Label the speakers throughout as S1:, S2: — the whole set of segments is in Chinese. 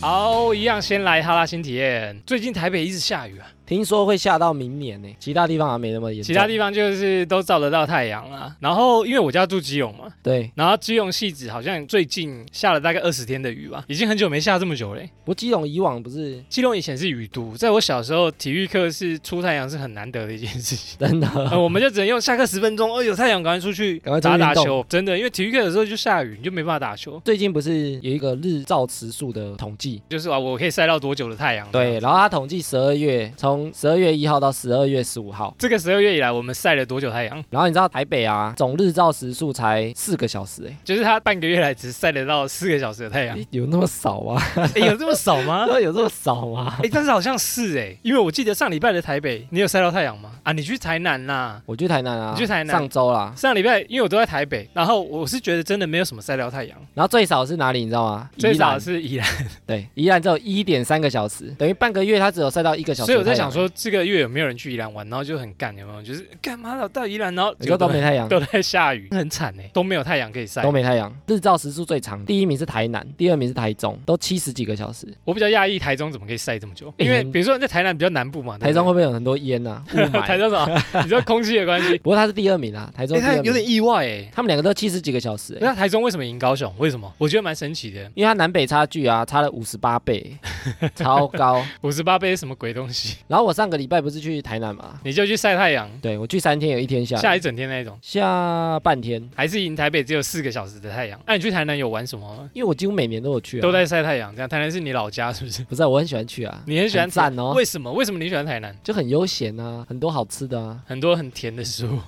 S1: 好，一样先来哈拉新体验。最近台北一直下雨啊，
S2: 听说会下到明年呢、其他地方还没那么严重。
S1: 其他地方就是都照得到太阳啦。然后因为我家住基隆嘛，
S2: 对，
S1: 然后基隆戏子好像最近下了大概二十天的雨吧，已经很久没下这么久嘞、
S2: 不过基隆以往不是。
S1: 基隆以前是雨都，在我小时候体育课是出太阳是很难得的一件事情
S2: 真的，
S1: 呃， 我们就只能用下课十分钟，哦，有太阳，赶快出去
S2: 赶快出
S1: 打
S2: 去运动
S1: 打球。真的，因为体育课有时候就下雨，你就没办法打球。
S2: 最近不是有一个日照时数的统计？
S1: 就是啊，我可以晒到多久的太阳？啊
S2: 对，，然后他统计十二月，从十二月一号到十二月十五号，
S1: 这个十二月以来，我们晒了多久太阳？
S2: 然后你知道台北啊，总日照时数才四个小时、欸，
S1: 就是他半个月来只晒得到四个小时的太阳
S2: 哎、。有那么少 吗？
S1: 哎，有这么少吗？
S2: 有这么少吗？
S1: 哎，但是好像是哎，因为我记得上礼拜的台北，你有晒到太阳吗？啊，你去台南啦。
S2: 我去台南 啊，
S1: 你去台南
S2: 上周啦，
S1: 上礼拜因为我都在台北，然后我是觉得真的没有什么晒到太阳，
S2: 然后最少是哪里你知道吗？
S1: 最
S2: 宜
S1: 少
S2: 兰
S1: 是宜兰。
S2: 对，宜兰只有一点三个小时，等于半个月它只有晒到一个小时。
S1: 所以我在想，说，这个月有没有人去宜兰玩？然后就很干，有没有？就是干嘛老到宜兰，然后
S2: 你说都没太 阳，
S1: 都在下雨，很惨哎，都没有太阳可以晒
S2: 都。没太阳，日照时数最长，第一名是台南，第二名是台中，都七十几个小时。
S1: 我比较讶异，台中怎么可以晒这么久？
S2: 欸
S1: 因为比如说在台南比较南部嘛，对
S2: 台
S1: 不对
S2: 中会不会有很多烟 啊？雾
S1: 台
S2: 霾？？
S1: 中什 么？你知道空气的关系
S2: 不过它是第二名啊，台中
S1: 哎，
S2: 第二
S1: 他
S2: 名。
S1: 有点啊意外哎。
S2: 他们两个都七十几个小时、欸
S1: 那台中为什么赢高雄？为什么？我觉得蛮神奇的。
S2: 因为它南北差距啊，差了五十八 倍，超高。
S1: 五十八杯是什么鬼东西？
S2: 然后我上个礼拜不是去台南嘛？
S1: 你就去晒太阳，
S2: 对，我去三天，有一天下雨
S1: 下一整天那一种，
S2: 下半天，
S1: 还是赢台北只有四个小时的太阳？那你去台南有玩什么吗？
S2: 因为我几乎每年都有去、啊，
S1: 都在晒太阳，这样台南是你老家是不 是？
S2: 不是啊、我很喜欢去啊，
S1: 你很喜欢
S2: 很赞哦
S1: 为什么？为什么你喜欢台南？
S2: 就很悠闲啊，很多好吃的啊，
S1: 很多很甜的 食物，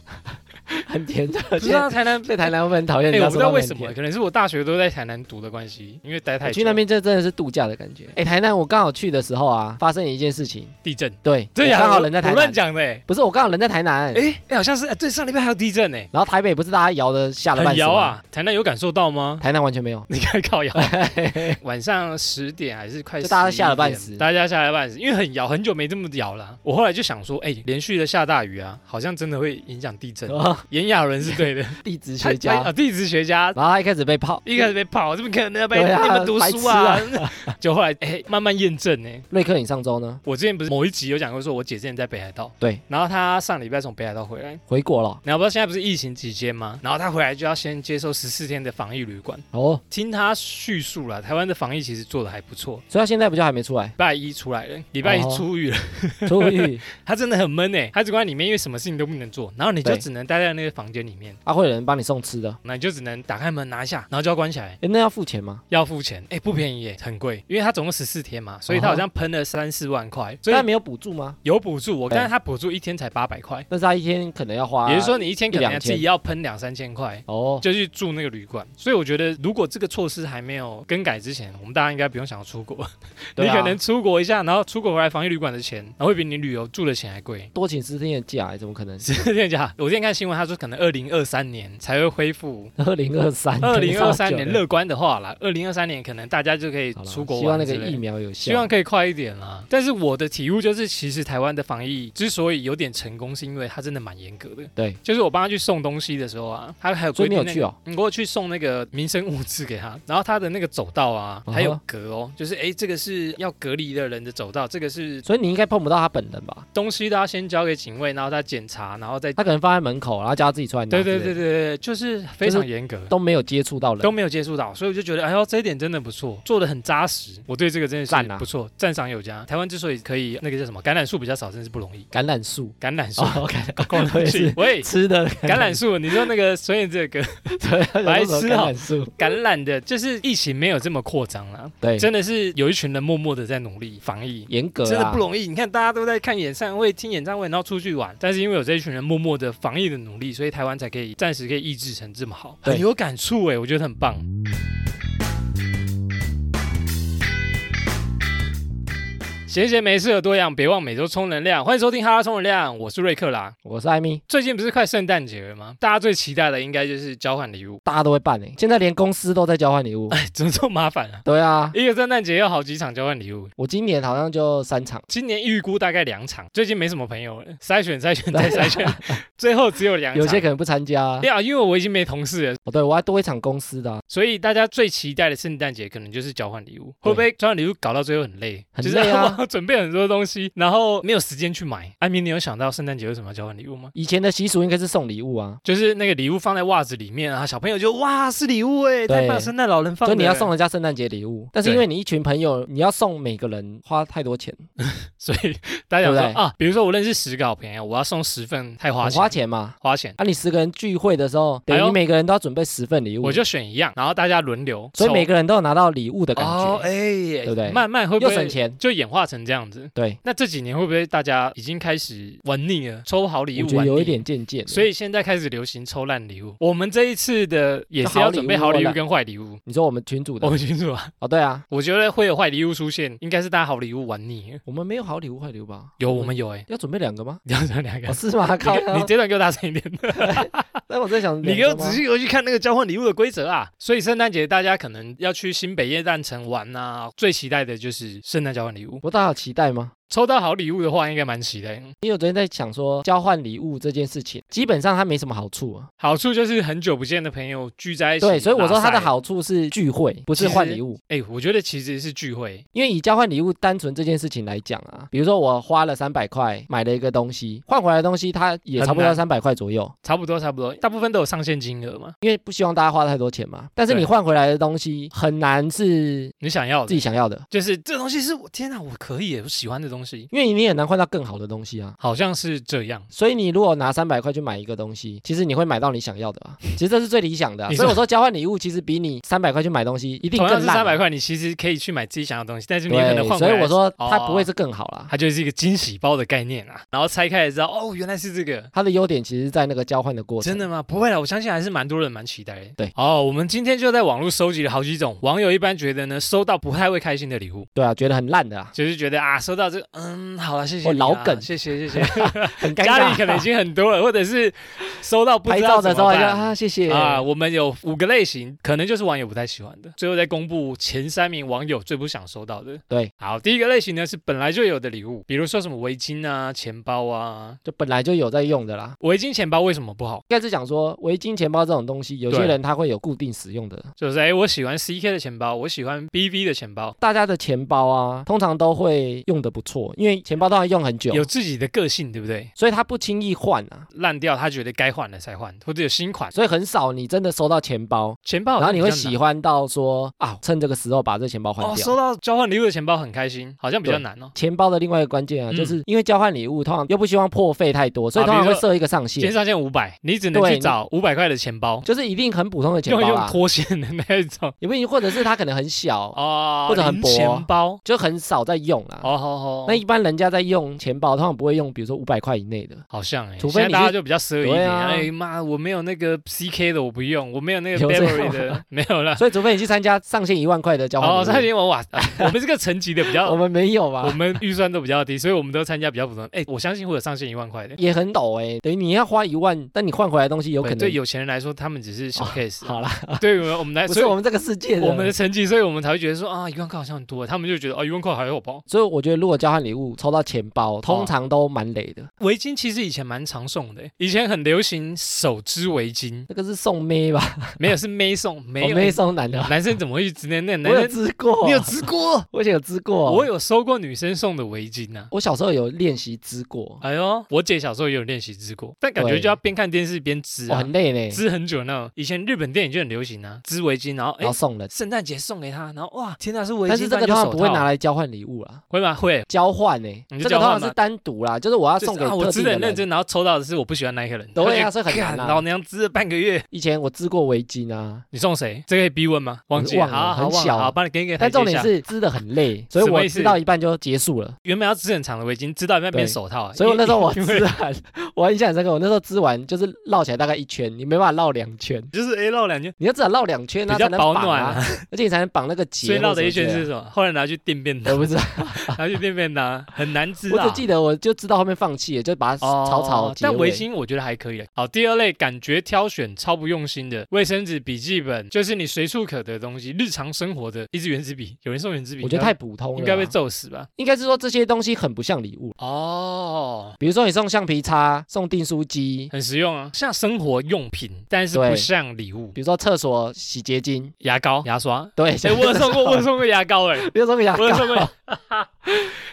S2: 很甜的。
S1: 不知道台南。
S2: 在台南会不会很讨厌
S1: 哎、
S2: 人
S1: 我
S2: 家
S1: 不知
S2: 说
S1: 道
S2: 他们
S1: 为
S2: 很
S1: 什
S2: 甜
S1: 么，可能是我大学都在台南读的关系，因为待太
S2: 我
S1: 久。
S2: 去那边这真的是度假的感觉。哎、台南我刚好去的时候啊，发生一件事情，
S1: 地震，
S2: 对，
S1: 对
S2: 我
S1: 呀，
S2: 刚好人在台
S1: 我乱
S2: 南，
S1: 讲的、欸。
S2: 不是我刚好人在台南，
S1: 哎、哎、好像是，哎对，上礼拜还有地震呢、
S2: 然后台北不是大家摇的吓了半
S1: 很
S2: 死
S1: 摇
S2: 吗，
S1: 啊！台南有感受到吗？
S2: 台南完全 没有，
S1: 你看靠 摇，晚上十点还是快11点，
S2: 就大家吓了半死
S1: 大家吓了半死，因为很摇，很久没这么摇了。我后来就想说，哎、连续的下大雨啊，好像真的会影响地震。炎亚纶是对的，
S2: 地质
S1: 他
S2: 哦 学家，
S1: 啊，地质学家
S2: 然后他一开始被泡，
S1: 一开始被跑，怎么可能要被
S2: 对啊
S1: 你们读书啊
S2: 白？
S1: 就后来哎、慢慢验证呢、
S2: 瑞克，你上周呢
S1: 我之前不是某一集有讲过，说我姐之前在北海道，
S2: 对，
S1: 然后她上礼拜从北海道回来，
S2: 回国了？
S1: 然后不知道现在不是疫情期间吗？然后她回来就要先接受十四天的防疫旅馆。
S2: 哦，
S1: 听她叙述了，台湾的防疫其实做的还不错，
S2: 所以他现在不就还 没出来
S1: 礼？拜一出来了，礼拜一
S2: 哦
S1: 出狱了，
S2: 出狱，
S1: 她真的很闷哎、她只关在里面，因为什么事情都不能做，然后你就
S2: 对
S1: 只能待在那个房间里面，
S2: 啊，会有人帮你送吃的？
S1: 那你就只能打开门拿一下，然后就要关起来。
S2: 哎，那要付钱吗？
S1: 要付钱，哎、不便宜耶，很贵，因为它总共十四天嘛，所以它好像喷了三四万块，所
S2: 所
S1: 以
S2: 以他没有补助吗？
S1: 有补助，我
S2: 哦对
S1: 但是它补助一天才八百块，
S2: 但是他一天可能要花，
S1: 也就是说你一天可
S2: 一
S1: 能
S2: 两
S1: 自
S2: 千
S1: 己要喷两三千块。
S2: 哦，
S1: 就去住那个旅馆，所以我觉得如果这个措施还没有更改之前，我们大家应该不用想要出国。
S2: 对
S1: 你
S2: 啊
S1: 可能出国一下，然后出国回来防疫旅馆的钱，然后会比你旅游住的钱还贵。
S2: 多请十天的假，诶怎么可能？
S1: 真的假的？我之前看新闻，他说可能二零二三年才会恢复。
S2: 二零二三，
S1: 二零二三年乐观的话啦，二零二三年可能大家就可以
S2: 好啦
S1: 出国
S2: 希
S1: 玩
S2: 望那
S1: 之
S2: 个
S1: 类的
S2: 疫苗有效。
S1: 希望可以快一点啦。但是我的体悟就是，其实台湾的防疫之所以有点成功，是因为它真的蛮严格的。
S2: 对，
S1: 就是我帮他去送东西的时候啊，他还有
S2: 所
S1: 规
S2: 以你
S1: 定、那个。
S2: 有去哦？
S1: 嗯我有去送那个民生物资给他，然后他的那个走道啊，
S2: 嗯哼
S1: 还有隔哦，就是诶，这个是要隔离的人的走道，这个是
S2: 所以你应该碰不到他本人吧？
S1: 东西都要先交给警卫，然后他检查，然后再
S2: 他可能放在门口，然后叫他自己出来拿之
S1: 对
S2: 类的。
S1: 对对对对，就是非常严格，
S2: 都没有接触到人
S1: 都。没有接触到，所以我就觉得，哎呦，这一点真的不错，做的很扎实。我对这个真的
S2: 赞啊
S1: 是不错，赞赏有加。台湾之所以可以那个叫什么感染数比较少，真的是不容易。
S2: 橄榄树
S1: 橄榄树，
S2: 哦，橄
S1: 光
S2: 榄
S1: 去
S2: 树
S1: 喂，
S2: 吃的
S1: 橄 榄树，你说那个孙燕姿的歌，白
S2: 白
S1: 痴哦
S2: 橄榄树，
S1: 橄榄的，就是疫情没有这么扩张啦，
S2: 对，
S1: 真的是有一群人默默的在努力防疫。
S2: 严格啊，
S1: 真的不容易，你看大家都在看演唱会、听演唱会，然后出去玩，但是因为有这一群人默默的防疫的努力，所以台湾才可以暂时可以抑制成这么好，
S2: 对
S1: 很有感触哎，我觉得很棒。闲闲没事的多样，别忘每周充能量。欢迎收听《哈拉充能量》，我是瑞克啦。
S2: 我是艾米，
S1: 最近不是快圣诞节了吗？大家最期待的应该就是交换礼物。
S2: 大家都会办诶、现在连公司都在交换礼物。
S1: 哎，怎么这么麻烦啊？
S2: 对啊，
S1: 一个圣诞节要好几场交换礼物，
S2: 我今年好像就三场，
S1: 今年预估大概两场。最近没什么朋友了，筛选筛选 再筛选，最后只有两场。
S2: 有些可能不参加啊、
S1: 对啊，因为我已经没同事了，
S2: 哦，对我还多一场公司的啊、
S1: 所以大家最期待的圣诞节可能就是交换礼物。会不会交换礼物搞到最后很累？
S2: 很
S1: 就是
S2: 累啊
S1: 要 准备很多东西，然后没有时间去买。艾米，你有想到圣诞节为什么要交换礼物吗？
S2: 以前的习俗应该是送礼物啊，
S1: 就是那个礼物放在袜子里面啊，小朋友就哇是礼物哎，
S2: 对
S1: 太棒了，圣诞老人放
S2: 就
S1: 的。
S2: 你要送，人家圣诞节礼物，但是因为你一群朋友，你要送每个人花太多钱，
S1: 所以大家想说
S2: 对不对
S1: 啊，比如说我认识十个好朋友，我要送十份，太花
S2: 很
S1: 钱，
S2: 花钱嘛。
S1: 花钱，
S2: 啊，你十个人聚会的时候，等
S1: 哎
S2: 于
S1: 呦
S2: 每个人都要准备十份礼物，
S1: 我就选一样，然后大家轮流抽，
S2: 所以每个人都有拿到礼物的感
S1: 哦
S2: 觉，
S1: 哎，
S2: 对不对
S1: 慢慢会不
S2: 又
S1: 会
S2: 省钱。
S1: 就演化成这样子？
S2: 对，
S1: 那这几年会不会大家已经开始玩腻了，抽好礼
S2: 我
S1: 物
S2: 觉得
S1: 玩腻
S2: 有一点渐渐。
S1: 所
S2: 以
S1: 以现在开始流行抽烂礼物。我们这一次的也是
S2: 就好
S1: 要
S2: 礼物
S1: 准备好礼
S2: 或
S1: 物
S2: 烂
S1: 跟坏礼物，
S2: 你说我们群主的
S1: 我们清楚啊。
S2: 哦，对啊，
S1: 我觉得会有坏礼物出现，应该是大家好礼物玩腻了。
S2: 我们没有好礼物坏礼物吧？
S1: 有，我们有哎、欸，
S2: 要准备两个吗？
S1: 你要这两个
S2: 哦，。是吗？靠
S1: 你，你这段给我大声一 点，
S2: 但我在想，
S1: 你给
S2: 两
S1: 我
S2: 个吗
S1: 仔细回去看那个交换礼物的规则啊！所以圣诞节大家可能要去新北夜诞城玩啊，最期待的就是圣诞交换礼物。
S2: 我大家有期待吗？
S1: 抽到好礼物的话，应该蛮期待的。
S2: 因为我昨天在想说，交换礼物这件事情，基本上它没什么好处啊。
S1: 好处就是很久不见的朋友聚在一起拉
S2: 对，
S1: 塞，
S2: 所以我说它的好处是聚会，不是
S1: 其实
S2: 换礼物。
S1: 哎、我觉得其实是聚会，
S2: 因为以交换礼物单纯这件事情来讲啊，比如说我花了三百块买了一个东西，换回来的东西它也差不多要三百块左右，
S1: 差不多差不多，大部分都有上限金额嘛。
S2: 因为不希望大家花太多钱嘛。但是你
S1: 对
S2: 换回来的东西很难是
S1: 你想要的
S2: 自己想要的，
S1: 就是这东西是我天哪，我可以耶，我喜欢的东西，
S2: 因为你很难换到更好的东西啊。
S1: 好像是这样。
S2: 所以你如果拿三百块去买一个东西，其实你会买到你想要的啊。其实这是最理想的、啊。
S1: 你说
S2: 所以我说交换礼物其实比你三百块去买东西一定
S1: 同
S2: 更
S1: 样是
S2: 烂啊、
S1: 三百块，你其实可以去买自己想要的东西，但是你有可能
S2: 对，
S1: 换
S2: 所
S1: 回来
S2: 以我说它
S1: 哦
S2: 不会是更好啦。
S1: 它就是一个惊喜包的概念啊。然后拆开来知道，哦，原来是这个。
S2: 它的优点其实，在那个交换的过程，
S1: 真的吗？不会啦，我相信还是蛮多人蛮期待的。
S2: 对，
S1: 哦，我们今天就在网络收集了好几种网友一般觉得呢，收到不太会开心的礼物，
S2: 对啊，觉得很烂的、啊，
S1: 就是觉得啊，收到这个，嗯，好了，谢谢、
S2: 哦
S1: 啊，
S2: 老梗
S1: 谢谢谢谢。
S2: 啊很尴
S1: 家里
S2: 尬。
S1: 可能已经很多了，或者是收到不
S2: 拍
S1: 知道
S2: 照的
S1: 怎
S2: 时候
S1: 么
S2: 就
S1: 办。
S2: 啊，谢谢
S1: 啊，我们有五个类型，可能就是网友不太喜欢的。最后再公布前三名网友最不想收到的。
S2: 对，
S1: 好，第一个类型呢是本来就有的礼物，比如说什么围巾啊、钱包啊。
S2: 就本来就有在用的啦。
S1: 围巾、钱包为什么不好？
S2: 应该是讲说围巾、钱包这种东西，有些
S1: 对
S2: 人他会有固定使用的。
S1: 就是哎，我喜欢 CK 的钱包，我喜欢 BV 的钱包，
S2: 大家的钱包啊，通常都会用的不错，因为钱包都要用很久，
S1: 有自己的个性，对不对？
S2: 所以他不轻易换啊。
S1: 烂掉他觉得该换了才换，或者有新款。
S2: 所以很少你真的收到钱包，
S1: 钱包好
S2: 然后
S1: 像
S2: 你会
S1: 比较难
S2: 喜欢到说啊，趁这个时候把这钱包换
S1: 哦，
S2: 掉。
S1: 收到交换礼物的钱包很开心，好像比较
S2: 对
S1: 难哦。
S2: 钱包的另外一个关键啊，
S1: 嗯
S2: 就是因为交换礼物，通常又不希望破费太多，所以
S1: 啊
S2: 通常
S1: 比
S2: 会
S1: 如说
S2: 设一个上
S1: 先
S2: 限，
S1: 上限五百，你只能
S2: 对
S1: 去
S2: 你
S1: 找五百块的钱包，
S2: 就是一定很普 通的钱
S1: 用
S2: 包啊
S1: 用
S2: 啦，
S1: 脱线的那一种。
S2: 也不一定，或者是它可能很小，
S1: 哦，
S2: 或者很
S1: 零
S2: 薄
S1: 钱包。
S2: 就很少在用啊啦。
S1: 哦吼吼，
S2: 那一般人家在用钱包，通常不会用，比如说五百块以内的，
S1: 好像哎、欸，
S2: 除
S1: 现
S2: 非
S1: 在
S2: 你
S1: 大
S2: 是
S1: 家就比较奢侈一
S2: 对
S1: 点。
S2: 啊
S1: 哎妈，我没有那个 CK 的，我不用；我没有那个
S2: 有这
S1: Burberry
S2: 样
S1: 的， 没有了。
S2: 所以除非你去参加上限一万块的交换礼物。
S1: 哦，蔡英文哇，啊 我们这个层级的比
S2: 我
S1: 较，
S2: 们没有
S1: 我
S2: 吧？
S1: 们预算都比较低，所以我们都参加比较普通。哎、我相信会有上限一万块的。
S2: 也很陡哎、等于你要花一万，但你换回来的东西有可
S1: 对
S2: 能啊
S1: 对有钱人来说，他们只是小 case。
S2: 好啦，
S1: 对我们我们来，
S2: 不
S1: 所
S2: 是
S1: 以
S2: 我们这个世界的。啊
S1: 我们的层级，所以我们才会觉得说啊，一万块好像很多，他们就觉得哦，一万块还好吧。
S2: 所以我觉得，如果交换礼物抽到钱包，通常都蛮累的。
S1: 围巾其实以前蛮常送的，以前很流行手织围 巾，
S2: 那个是送妹吧？
S1: 没有是妹送，没
S2: 我
S1: 有
S2: 哦妹送男的吧，
S1: 男生怎么会直接那
S2: 我
S1: 男
S2: 有
S1: 生？
S2: 织过，
S1: 你有织过？
S2: 我以前有织过，
S1: 我有收过女生送的围巾呐、
S2: 我小时候有练习织过，
S1: 哎呦，我姐小时候也有练习织过，但感觉
S2: 对
S1: 就要边看电视边织
S2: 我
S1: 啊
S2: 很，累呢，
S1: 织很久那种。以前日本电影就很流行啊，织围巾，然后哎
S2: 然后，送人。
S1: 圣诞节送给她，然后哇，天哪，是围巾，
S2: 但是这
S1: 不
S2: 个通
S1: 然
S2: 常
S1: 就
S2: 不会
S1: 手套
S2: 拿来交换礼物啦，
S1: 会吗？会。
S2: 交换呢、
S1: 你
S2: 这
S1: 就
S2: 个通
S1: 交换
S2: 常
S1: 吗
S2: 是单独啦，就是我要
S1: 就是
S2: 送给
S1: 啊，我
S2: 特
S1: 织
S2: 定
S1: 的
S2: 的
S1: 很
S2: 人。
S1: 认真，然后抽到的是我不喜欢那一个人，
S2: 对啊
S1: 我觉得
S2: 这很难啊
S1: 干老娘织了半个月，
S2: 以前我织过围巾啊，
S1: 你送谁？这可以逼问吗？忘记
S2: 忘了
S1: 好好
S2: 很
S1: 忘
S2: 小
S1: 好，帮你给你个台
S2: 但
S1: 阶
S2: 重
S1: 哎下
S2: 点。是织的很累，所以
S1: 什么
S2: 我
S1: 意思
S2: 织到一半就结束了。
S1: 原本要织很长的围巾，织到一半变
S2: 对
S1: 手套啊，
S2: 所以我那时候我
S1: 因为
S2: 织完，我印象很深刻。我那时候织完就是绕起来大概一圈，你没办法绕两圈，
S1: 就是哎绕两圈，
S2: 你要至少绕两 圈，那啊
S1: 比较
S2: 才能绑
S1: 保暖啊
S2: 啊，而且你才能绑那个结。
S1: 所以绕的一圈
S2: 或什么之类
S1: 是什么？后来拿去垫便
S2: 的，
S1: 当
S2: 我，不知道。
S1: 拿去垫便呐、很难知
S2: 我
S1: 啊哦
S2: 只。记得我就知道后面放弃了，就把它草草结尾。
S1: 但围巾我觉得还可以了。啊好，第二类感觉挑选超不用心的，卫生纸、笔记本，就是你随处可得的东西，日常生活的一支圆珠笔，有人送圆珠笔，
S2: 我觉得太普通了啊，
S1: 应该被揍死吧？
S2: 应该是说这些东西很不像礼物。
S1: 哦，
S2: 比如说你送橡皮擦、送订书机，
S1: 很实用啊，像生活用品，但是不
S2: 对
S1: 像礼物，
S2: 比如说厕所洗洁精，
S1: 牙膏、牙刷。
S2: 对，
S1: 哎、我有 送过，我有送过牙膏、 哎，
S2: 比如说牙
S1: 我有
S2: 膏，
S1: 送过。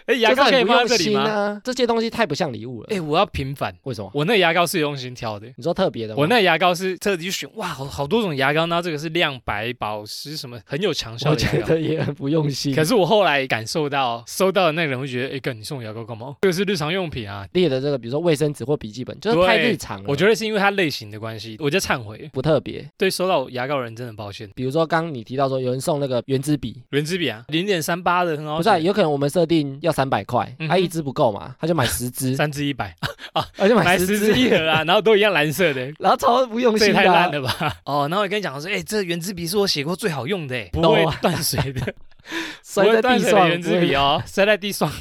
S1: 哎、牙
S2: 就是
S1: 膏可以
S2: 很不
S1: 放在
S2: 用
S1: 这里
S2: 心
S1: 吗？
S2: 啊，这些东西太不像礼物了。
S1: 哎、我要平反，
S2: 为什么？
S1: 我那牙膏是有用心挑的。
S2: 你说特别的吗？
S1: 我那牙膏是特地去选，哇，好好多种牙膏，然后这个是亮白宝石什么，很有强效
S2: 我
S1: 的牙
S2: 觉
S1: 膏。
S2: 得也很不用心
S1: 可。是我后来感受到，收到的那个人会觉得，哎哥，你送我牙膏干嘛？这个是日常用品啊。
S2: 列的这个，比如说卫生纸或笔记本，就是太日常了。
S1: 我觉得是因为它类型的关系，我在忏悔。
S2: 不特别。
S1: 对，收到牙膏的人真的很抱歉。
S2: 比如说刚刚你提到说有人送那个圆珠笔，
S1: 圆珠笔啊，零点三八的很好
S2: 不
S1: 写，
S2: 是、啊，有可能我们设定要三百块，
S1: 哦嗯哼
S2: 他、一支不够嘛，他就买十支，
S1: 三支一 百，
S2: 他就
S1: 买
S2: 买
S1: 十
S2: 十
S1: 支
S2: 支，
S1: 一盒啊，然后都一样蓝色的。
S2: 然后超不用
S1: 这也
S2: 心
S1: 太
S2: 的、啊
S1: 烂。了 吧！哦，然后我跟你讲说，哎、这圆珠笔是我写过最好用的，哎不
S2: 懂
S1: 会
S2: 啊
S1: 断水 的，不
S2: 摔
S1: 会
S2: 在
S1: 断
S2: 地
S1: 水的
S2: 上，
S1: 圆珠笔
S2: 哦，
S1: 哦，摔在地上，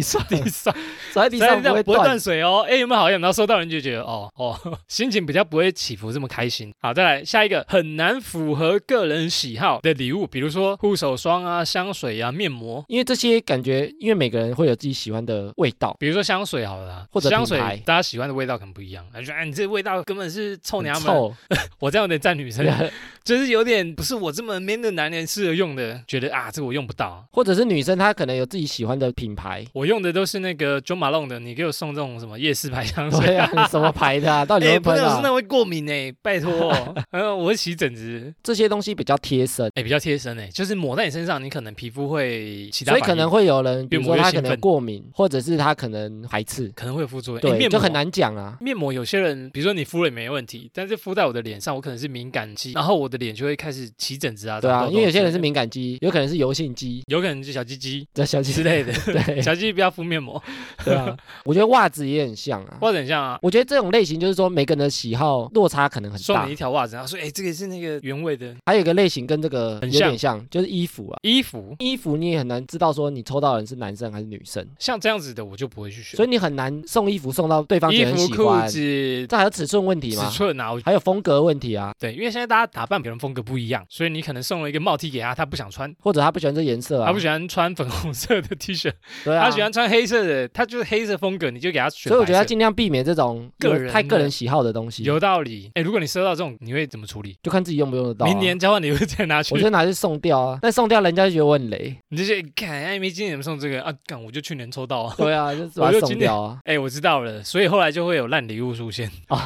S2: 上，
S1: 地上。
S2: 摔在地上不会
S1: 不会
S2: 断
S1: 断。水哦。哎，有没有好用？然后收到人就觉得哦哦， 心情比较不会起伏这么开心。好，再来下一个很难符合个人喜好的礼物，比如说护手霜啊、香水啊、面膜。
S2: 因为这些感觉，因为每个人会有自己喜欢的味道，
S1: 比如说香水好了啦，
S2: 或者
S1: 香水
S2: 品牌
S1: 大家喜欢的味道可能不一样，他就说哎你这味道根本是臭
S2: 很
S1: 娘 们，啊
S2: 臭，
S1: 我这样有点占女生， 就是有点不是我这么 man 的男人适合用的，觉得啊这我用不到，
S2: 或者是女生她可能有自己喜欢的 品牌，
S1: 我用的都是那个 Jo Malone 的，你给我送这种什么夜市牌香水，
S2: 对啊，你什么牌的啊？哎到 底
S1: 哎、
S2: 有
S1: 不
S2: 没有
S1: 能
S2: 喷
S1: 老是
S2: 啊？
S1: 那会过敏哎、拜 托、嗯，我会起疹子，
S2: 这些东西比较贴身，
S1: 哎、比较贴身哎、就是抹在你身上，你可能皮肤会其他反
S2: 所以
S1: 应，
S2: 可能会有人，比如
S1: 越抹
S2: 说
S1: 越
S2: 她
S1: 兴
S2: 可能
S1: 奋
S2: 过敏，或者是她可能排斥，
S1: 可能会有副作用，哎
S2: 对，
S1: 面
S2: 就
S1: 膜
S2: 很。难讲啊。
S1: 面膜有些人，比如说你敷了也没问题，但是敷在我的脸上，我可能是敏感肌，然后我的脸就会开始起疹子啊。
S2: 对
S1: 长
S2: 啊，
S1: 痘痘
S2: 因为有些人
S1: 之
S2: 是
S1: 类的，
S2: 敏感肌，有可能是油性肌，
S1: 有可能是小鸡鸡
S2: 这小
S1: 之
S2: 姐。
S1: 类的
S2: 对
S1: 小鸡鸡不要敷面 膜，
S2: 对啊，我觉得袜子也很像啊。
S1: 或者很像啊，
S2: 我觉得这种类型就是说每个人的喜好落差可能很
S1: 送
S2: 大
S1: 你一。条袜子，然后说哎、这个是那个原味的
S2: 还有一个类型跟这个
S1: 很
S2: 有
S1: 像
S2: 点像，就是衣服啊。
S1: 衣服，
S2: 衣服你也很难知道说你抽到的人是男生还是女生，
S1: 像这样子的我就不会去选。
S2: 所以你很难送衣服送到对方
S1: 衣
S2: 觉得很
S1: 服、
S2: 喜
S1: 裤
S2: 欢。
S1: 子、
S2: 这还有尺寸问题
S1: 尺
S2: 吗？
S1: 寸啊，我
S2: 还有风格问题啊，
S1: 对，因为现在大家打扮别人风格不一样，所以你可能送了一个帽 T 给他，他不想穿，
S2: 或者他不喜欢这颜色啊，
S1: 他不喜欢穿粉红色的 T 恤，
S2: 对啊，
S1: 他喜欢。穿黑色的，他就是黑色风格，你就给他选白色。
S2: 所以我觉得要尽量避免这种
S1: 个
S2: 有
S1: 人
S2: 太
S1: 的
S2: 个人喜好的东西，啊
S1: 有道理。哎，如果你收到这种，你会怎么处理？
S2: 就看自己用不用得到啊。
S1: 明年交换礼物再拿去
S2: 我，就拿去送掉啊，但送掉人家就觉得我很 雷。
S1: 你就是看艾米今年怎么送这个啊？干，我就去年抽到啊。
S2: 对啊，就是
S1: 我
S2: 把
S1: 就今
S2: 它送
S1: 年
S2: 掉啊。
S1: 哎，我知道了，所以后来就会有烂礼物出现，
S2: 哦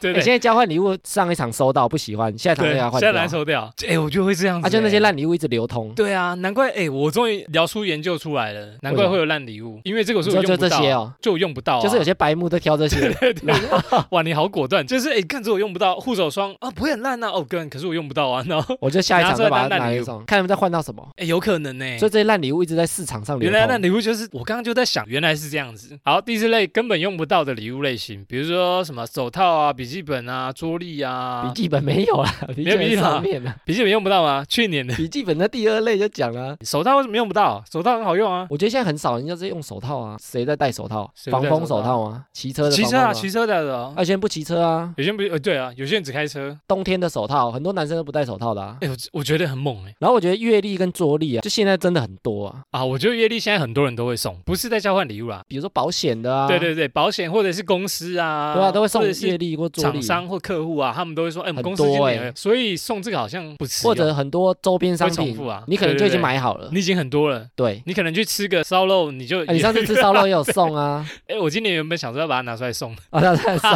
S1: 对不
S2: 你
S1: 对？
S2: 现在交换礼物，上一场收到不喜欢，下一场
S1: 对，
S2: 又要
S1: 现在
S2: 换掉。啊
S1: 难收掉。哎，我就会这样子。
S2: 啊，就那些
S1: 哎
S2: 烂礼物一直流通，
S1: 对啊，难怪哎、我终于聊出研究出来了，难怪会有烂礼物，因为这个
S2: 你
S1: 是我
S2: 说
S1: 用
S2: 就
S1: 不
S2: 这
S1: 到啊，
S2: 些哦，
S1: 就我用不到啊、
S2: 就是有些白目都挑 这些，啊
S1: 哇，你好果断，就是哎、看着我用不到护手霜啊，不会很烂啊，哦哥，可是我用不到啊，然后
S2: 我就下一场再把它
S1: 拿出来当烂
S2: 拿
S1: 礼
S2: 一
S1: 物
S2: 送，看他们再换到什么。
S1: 哎、有可能呢、
S2: 所以这些烂礼物一直在市场上流
S1: 原来那
S2: 通。
S1: 礼物就是我刚刚就在想，原来是这样子。好，第四类根本用不到的礼物类型，比如说什么手套啊、笔记本啊、桌历
S2: 笔
S1: 啊，
S2: 记本没 有啦，笔记
S1: 有笔记
S2: 本
S1: 本啊
S2: 上面的
S1: 笔记本用不到吗？去年的
S2: 笔记本的第二类就讲了。啊
S1: 手套为什么用不到？手套很好用啊，
S2: 我觉得现在很少人家是用手套啊，谁在戴手套？
S1: 谁不
S2: 防
S1: 戴
S2: 风
S1: 手
S2: 手套吗？骑车的
S1: 骑
S2: 防
S1: 车
S2: 风
S1: 啊，
S2: 吗？
S1: 骑车的哦。
S2: 啊，有些人不骑车啊，
S1: 有些人不呃对啊，有些人只开车，
S2: 冬天的手套，很多男生都不戴手套的啊。
S1: 哎、我我觉得很猛哎、
S2: 然后我觉得阅历跟桌历啊，就现在真的很多啊，
S1: 啊，我觉得月历现在很多人都会送，不是在交换礼物啦。
S2: 比如说保险的啊，
S1: 对对对，保险或者是公司啊，
S2: 对啊，都会送
S1: 或者是
S2: 阅历或桌
S1: 厂
S2: 历，
S1: 商或客户啊，他们都会说，哎，我们
S2: 很
S1: 公司
S2: 多
S1: 今
S2: 欸
S1: 年，所以送这个好像不实
S2: 或
S1: 用，
S2: 者很多周边商
S1: 会重
S2: 品
S1: 复，啊
S2: 你可能
S1: 对对
S2: 就已经
S1: 对
S2: 买好了。
S1: 你已经很多了。
S2: 对，
S1: 你可能去吃个烧肉，你就
S2: 哎你 上次吃烧肉也有送啊，
S1: 哎，我今年原本想说要把它拿出来送，
S2: 啊，那那送，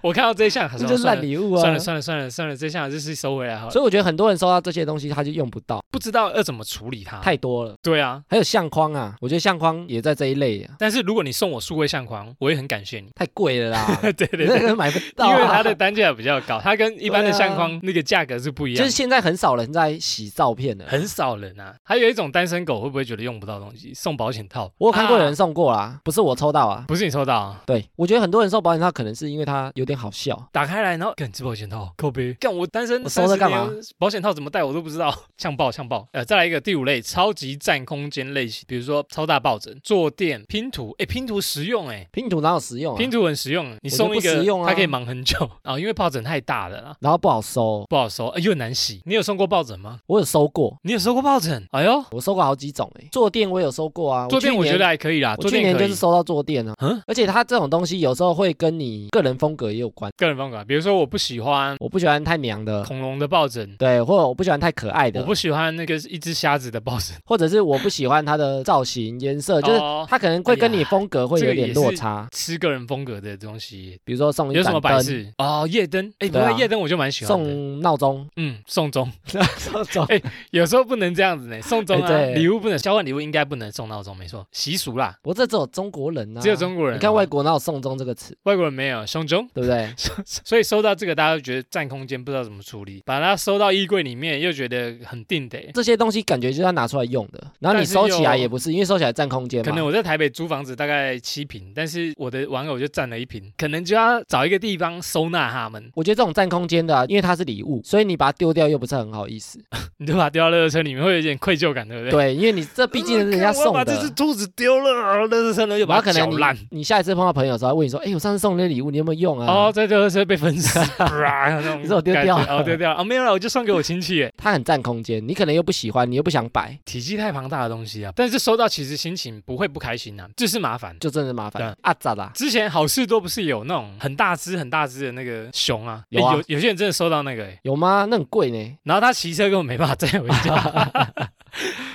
S1: 我看到这一项，
S2: 这
S1: 想
S2: 就
S1: 说
S2: 是
S1: 算
S2: 烂
S1: 了
S2: 礼物
S1: 算了
S2: 啊。
S1: 算了算了算了，这项还是收回来好了，啊
S2: 所以我觉得很多人收到这些东西，他就用不到，
S1: 不知道要怎么处理它。
S2: 太多了。
S1: 对啊，
S2: 还有相框啊，我觉得相框也在这一类啊，。
S1: 但是如果你送我数位相框，我也很感谢你
S2: 太贵了啦，
S1: 对对
S2: 那
S1: 对。
S2: 个买不到
S1: 因
S2: 啊，
S1: 为它的单价比较高，它跟一般的
S2: 对啊
S1: 相框那个个价格是不一样
S2: 就
S1: 的。
S2: 是现在很少人在洗照片了。
S1: 很少人啊，还有一种单身狗会不会觉得用不到东西送保险套？
S2: 我有看过有人
S1: 啊
S2: 送过啦，不是我抽到啊。
S1: 不是你收到、啊，
S2: 对，我觉得很多人送保险套可能是因为它有点好笑，
S1: 打开来然后干这保险套，扣杯干我单身
S2: 我收着
S1: 30
S2: 干嘛
S1: 年？保险套怎么戴我都不知道， 呛爆呛爆。呃，再来一个第五类，超级占空间类型，比如说超大抱枕、坐垫、拼图，哎，拼图实用哎、
S2: 拼图哪有实用啊？
S1: 拼图很实用，你
S2: 觉得
S1: 送一
S2: 不实
S1: 个，
S2: 用啊
S1: 它可以忙很久 啊、因为抱枕太大了啦，
S2: 然后不好收，
S1: 不好收，呃又难洗。你有送过抱枕吗？
S2: 我有收过，
S1: 你有收过抱枕？哎呦，
S2: 我收过好几种诶、坐垫我有收过啊，
S1: 坐垫
S2: 去
S1: 我觉
S2: 年
S1: 得还可以啦，
S2: 我
S1: 坐
S2: 去
S1: 垫
S2: 年
S1: 可
S2: 就
S1: 以
S2: 是。收到坐垫啊
S1: 嗯，
S2: 而且它这种东西有时候会跟你个人风格也有关，
S1: 个人风格，啊比如说我不喜欢
S2: 我不喜欢太娘的，
S1: 恐龙的抱枕，
S2: 对，或者我不喜欢太可爱
S1: 我
S2: 的
S1: 不，喜欢那个一只瞎子的抱枕，
S2: 或者是我不喜欢它的造型、颜色，就是
S1: 哦
S2: 它可能会跟
S1: 哎
S2: 你
S1: 呀
S2: 风格会
S1: 这
S2: 有
S1: 个
S2: 点
S1: 也
S2: 落
S1: 是
S2: 差。
S1: 吃个人风格的东西。
S2: 比如说送
S1: 哎有
S2: 一
S1: 什么
S2: 盏
S1: 摆
S2: 灯，
S1: 饰？哦，夜灯，哎，不
S2: 对啊
S1: 过夜灯我就蛮喜欢的。
S2: 送闹钟，
S1: 嗯，送钟，
S2: 送 钟
S1: 有时候不能这样子呢，送钟啊，
S2: 哎对
S1: 礼物不能交换礼物，应该不能送闹钟，没错，习俗啦，
S2: 不过这只有中国人啊，
S1: 只有中国人
S2: 你看
S1: 哦
S2: 外国哪有“送钟”这个词，
S1: 外国人没有送 钟。
S2: 对不 对？
S1: 所以收到这个，大家就觉得占空间，不知道怎么处理，把它收到衣柜里面，又觉得很定得。
S2: 这些东西感觉就是要拿出来用的，然后你
S1: 但是
S2: 收起来
S1: 又
S2: 也不是，因为收起来占空间
S1: 可能
S2: 嘛。
S1: 我在台北租房子大概七平，但是我的玩偶就占了一平，可能就要找一个地方收纳它们，
S2: 我觉得这种占空间的、啊，因为它是礼物，所以你把它丢掉又不是很好意思。
S1: 你就把它丢到垃圾车里面，会有一点愧疚感，对不对？哎
S2: 对，因为你这毕竟是人家送
S1: 我要把
S2: 的
S1: 这，只兔子丢了，然后那车呢又
S2: 然
S1: 把
S2: 后
S1: 它
S2: 可
S1: 搅
S2: 能
S1: 烂。
S2: 你你下一次碰到朋友的时候，他问你说：“哎，我上次送你的礼物，你有没有用啊
S1: 哦，在这车被分 尸，啪那种
S2: 你说我丢掉
S1: 感觉哦，丢掉啊，没有了，我就送给我亲戚耶。？”
S2: 它很占空间，你可能又不喜欢，你又不想摆，
S1: 体积太庞大的东西啊，但是收到其实心情不会不开心啊，就是麻烦。
S2: 就真的麻
S1: 对
S2: 烦啊咋啦？
S1: 之前好事多不是有那种很大只、很大只的那个熊啊？
S2: 有啊
S1: 诶有有些人真的收到那个、欸，
S2: 有吗？那很贵呢，
S1: 然后他骑车根本没办法载回 家，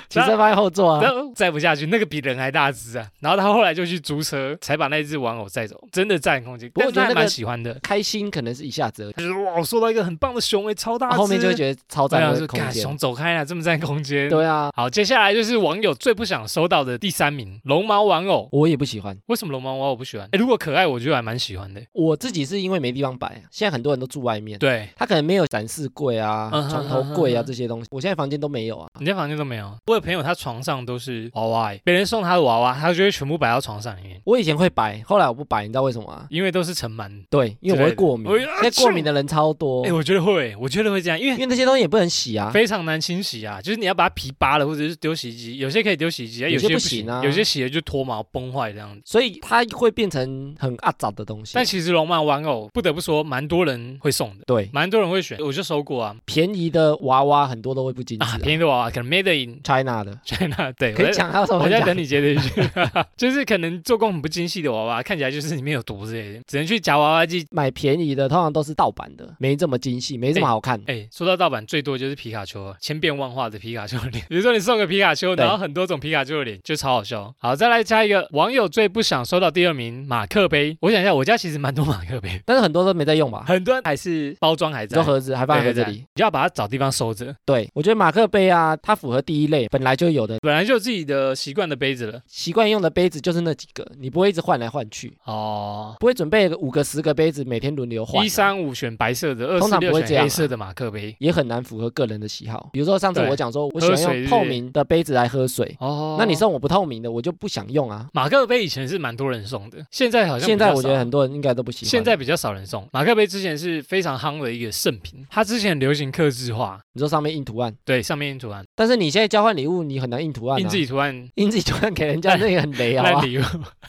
S2: 骑车放在后座
S1: 然
S2: 啊。
S1: 后载不下去，那个比人还大只啊。然后他后来就去租车，才把那只玩偶载走，真的占空间。
S2: 不
S1: 但
S2: 过我
S1: 是他
S2: 觉得
S1: 还
S2: 那个
S1: 蛮喜欢的，
S2: 开心可能是一下子而已，
S1: 就是哇，我收到一个很棒的熊诶、超大
S2: 啊
S1: 只，
S2: 后面就会觉得超
S1: 对啊
S2: 占
S1: 说
S2: 空
S1: 干
S2: 间
S1: 熊。走开了，这么占空间。
S2: 对啊，
S1: 好，接下来就是网友最不想收到的第三名——龙毛玩偶。
S2: 我也不喜欢。
S1: 为什么龙毛玩偶不喜欢？诶如果可爱，我觉得还蛮喜欢的。
S2: 我自己是因为没地方摆，现在很多人都住外面，
S1: 对，
S2: 他可能没有展示柜啊、
S1: 嗯哼
S2: 床头柜
S1: 嗯
S2: 啊
S1: 哼
S2: 这些东西，我现在房间都没有啊。
S1: 你家房间都没有。我有朋友，他床上都是娃娃、诶别人送他的娃娃，他就会全部摆到床上里面，
S2: 我以前会摆，后来我不摆，你知道为什么吗？
S1: 因为都是尘螨。
S2: 对，因为我会过敏
S1: 之类的哎，呀
S2: 现在过敏的人超多，
S1: 哎、
S2: 因
S1: 我觉得会，我觉得会这样，因为
S2: 为那些东西也不能洗啊。
S1: 非常难清洗啊，就是你要把它皮扒了，或者是丢洗衣机，有些可以丢洗衣机，
S2: 有些
S1: 些不
S2: 不行啊
S1: 有些洗了就脱毛崩坏这样子。
S2: 所以它会变成很阿杂的东西，
S1: 但其实龙毛玩偶不得不说，蛮多人会送的，
S2: 对
S1: 蛮多人会选，我就收过啊，
S2: 便宜的娃娃很多都会不精致、
S1: 啊，
S2: 啊
S1: 便宜的娃娃可能 Made in
S2: China 的
S1: China，对，我
S2: 可
S1: 在
S2: 以讲，啊还有什么
S1: 我
S2: 可以
S1: 在
S2: 讲？
S1: 等你接这一句， 就是可能做工很不精细的娃娃，看起来就是里面有毒之类的，只能去夹娃娃机。
S2: 买便宜的通常都是盗版的，没这么精细，没这么好看。
S1: 哎，说到盗版，最多就是皮卡丘，啊，千变万化的皮卡丘脸。比 如说你送个皮卡丘，
S2: 对
S1: 然后很多种皮卡丘的脸，就超好笑。好，再来加一个网友最不想收到第二名马克杯。我想一下，我家其实蛮多马克杯，
S2: 但是很多都没在用吧？
S1: 很多人还是包装还在
S2: 就，盒子还放在盒
S1: 对
S2: 子
S1: 对
S2: 里
S1: 对，你就要把它找地方收着。
S2: 对我觉得马克杯啊，它符合第一类，本来就有的
S1: 本来就有自己的习惯的杯子了。
S2: 习惯用的杯子就是那几个，你不会一直换来换去，
S1: 哦，
S2: 不会准备五个十个杯子每天轮流换啊、
S1: 一三五选白色的，二
S2: 通
S1: 四
S2: 常不
S1: 六
S2: 会这
S1: 选
S2: 样
S1: 黑
S2: 啊
S1: 色的马克杯。
S2: 也很难符合个人的喜好。比如说上次
S1: 对
S2: 我讲说，我喜
S1: 喝
S2: 欢
S1: 水
S2: 用
S1: 是
S2: 透明的杯子来喝水，
S1: 哦
S2: 那你送我不透明的，我就不想用啊。
S1: 马克杯以前是蛮多人送的，现在好像
S2: 现在
S1: 比较
S2: 我觉得
S1: 少
S2: 很多人应该都不喜欢。
S1: 现在比较少人送马克杯，之前是非常夯的一个圣品，它之前流行刻字化，
S2: 你说上面印图案，
S1: 对，上面印图案，
S2: 但是你现在交换礼物，你很难印图案、啊，
S1: 印自己图案。
S2: 印自己图案给人家，那也很雷 好
S1: 烂
S2: 啊。
S1: 礼物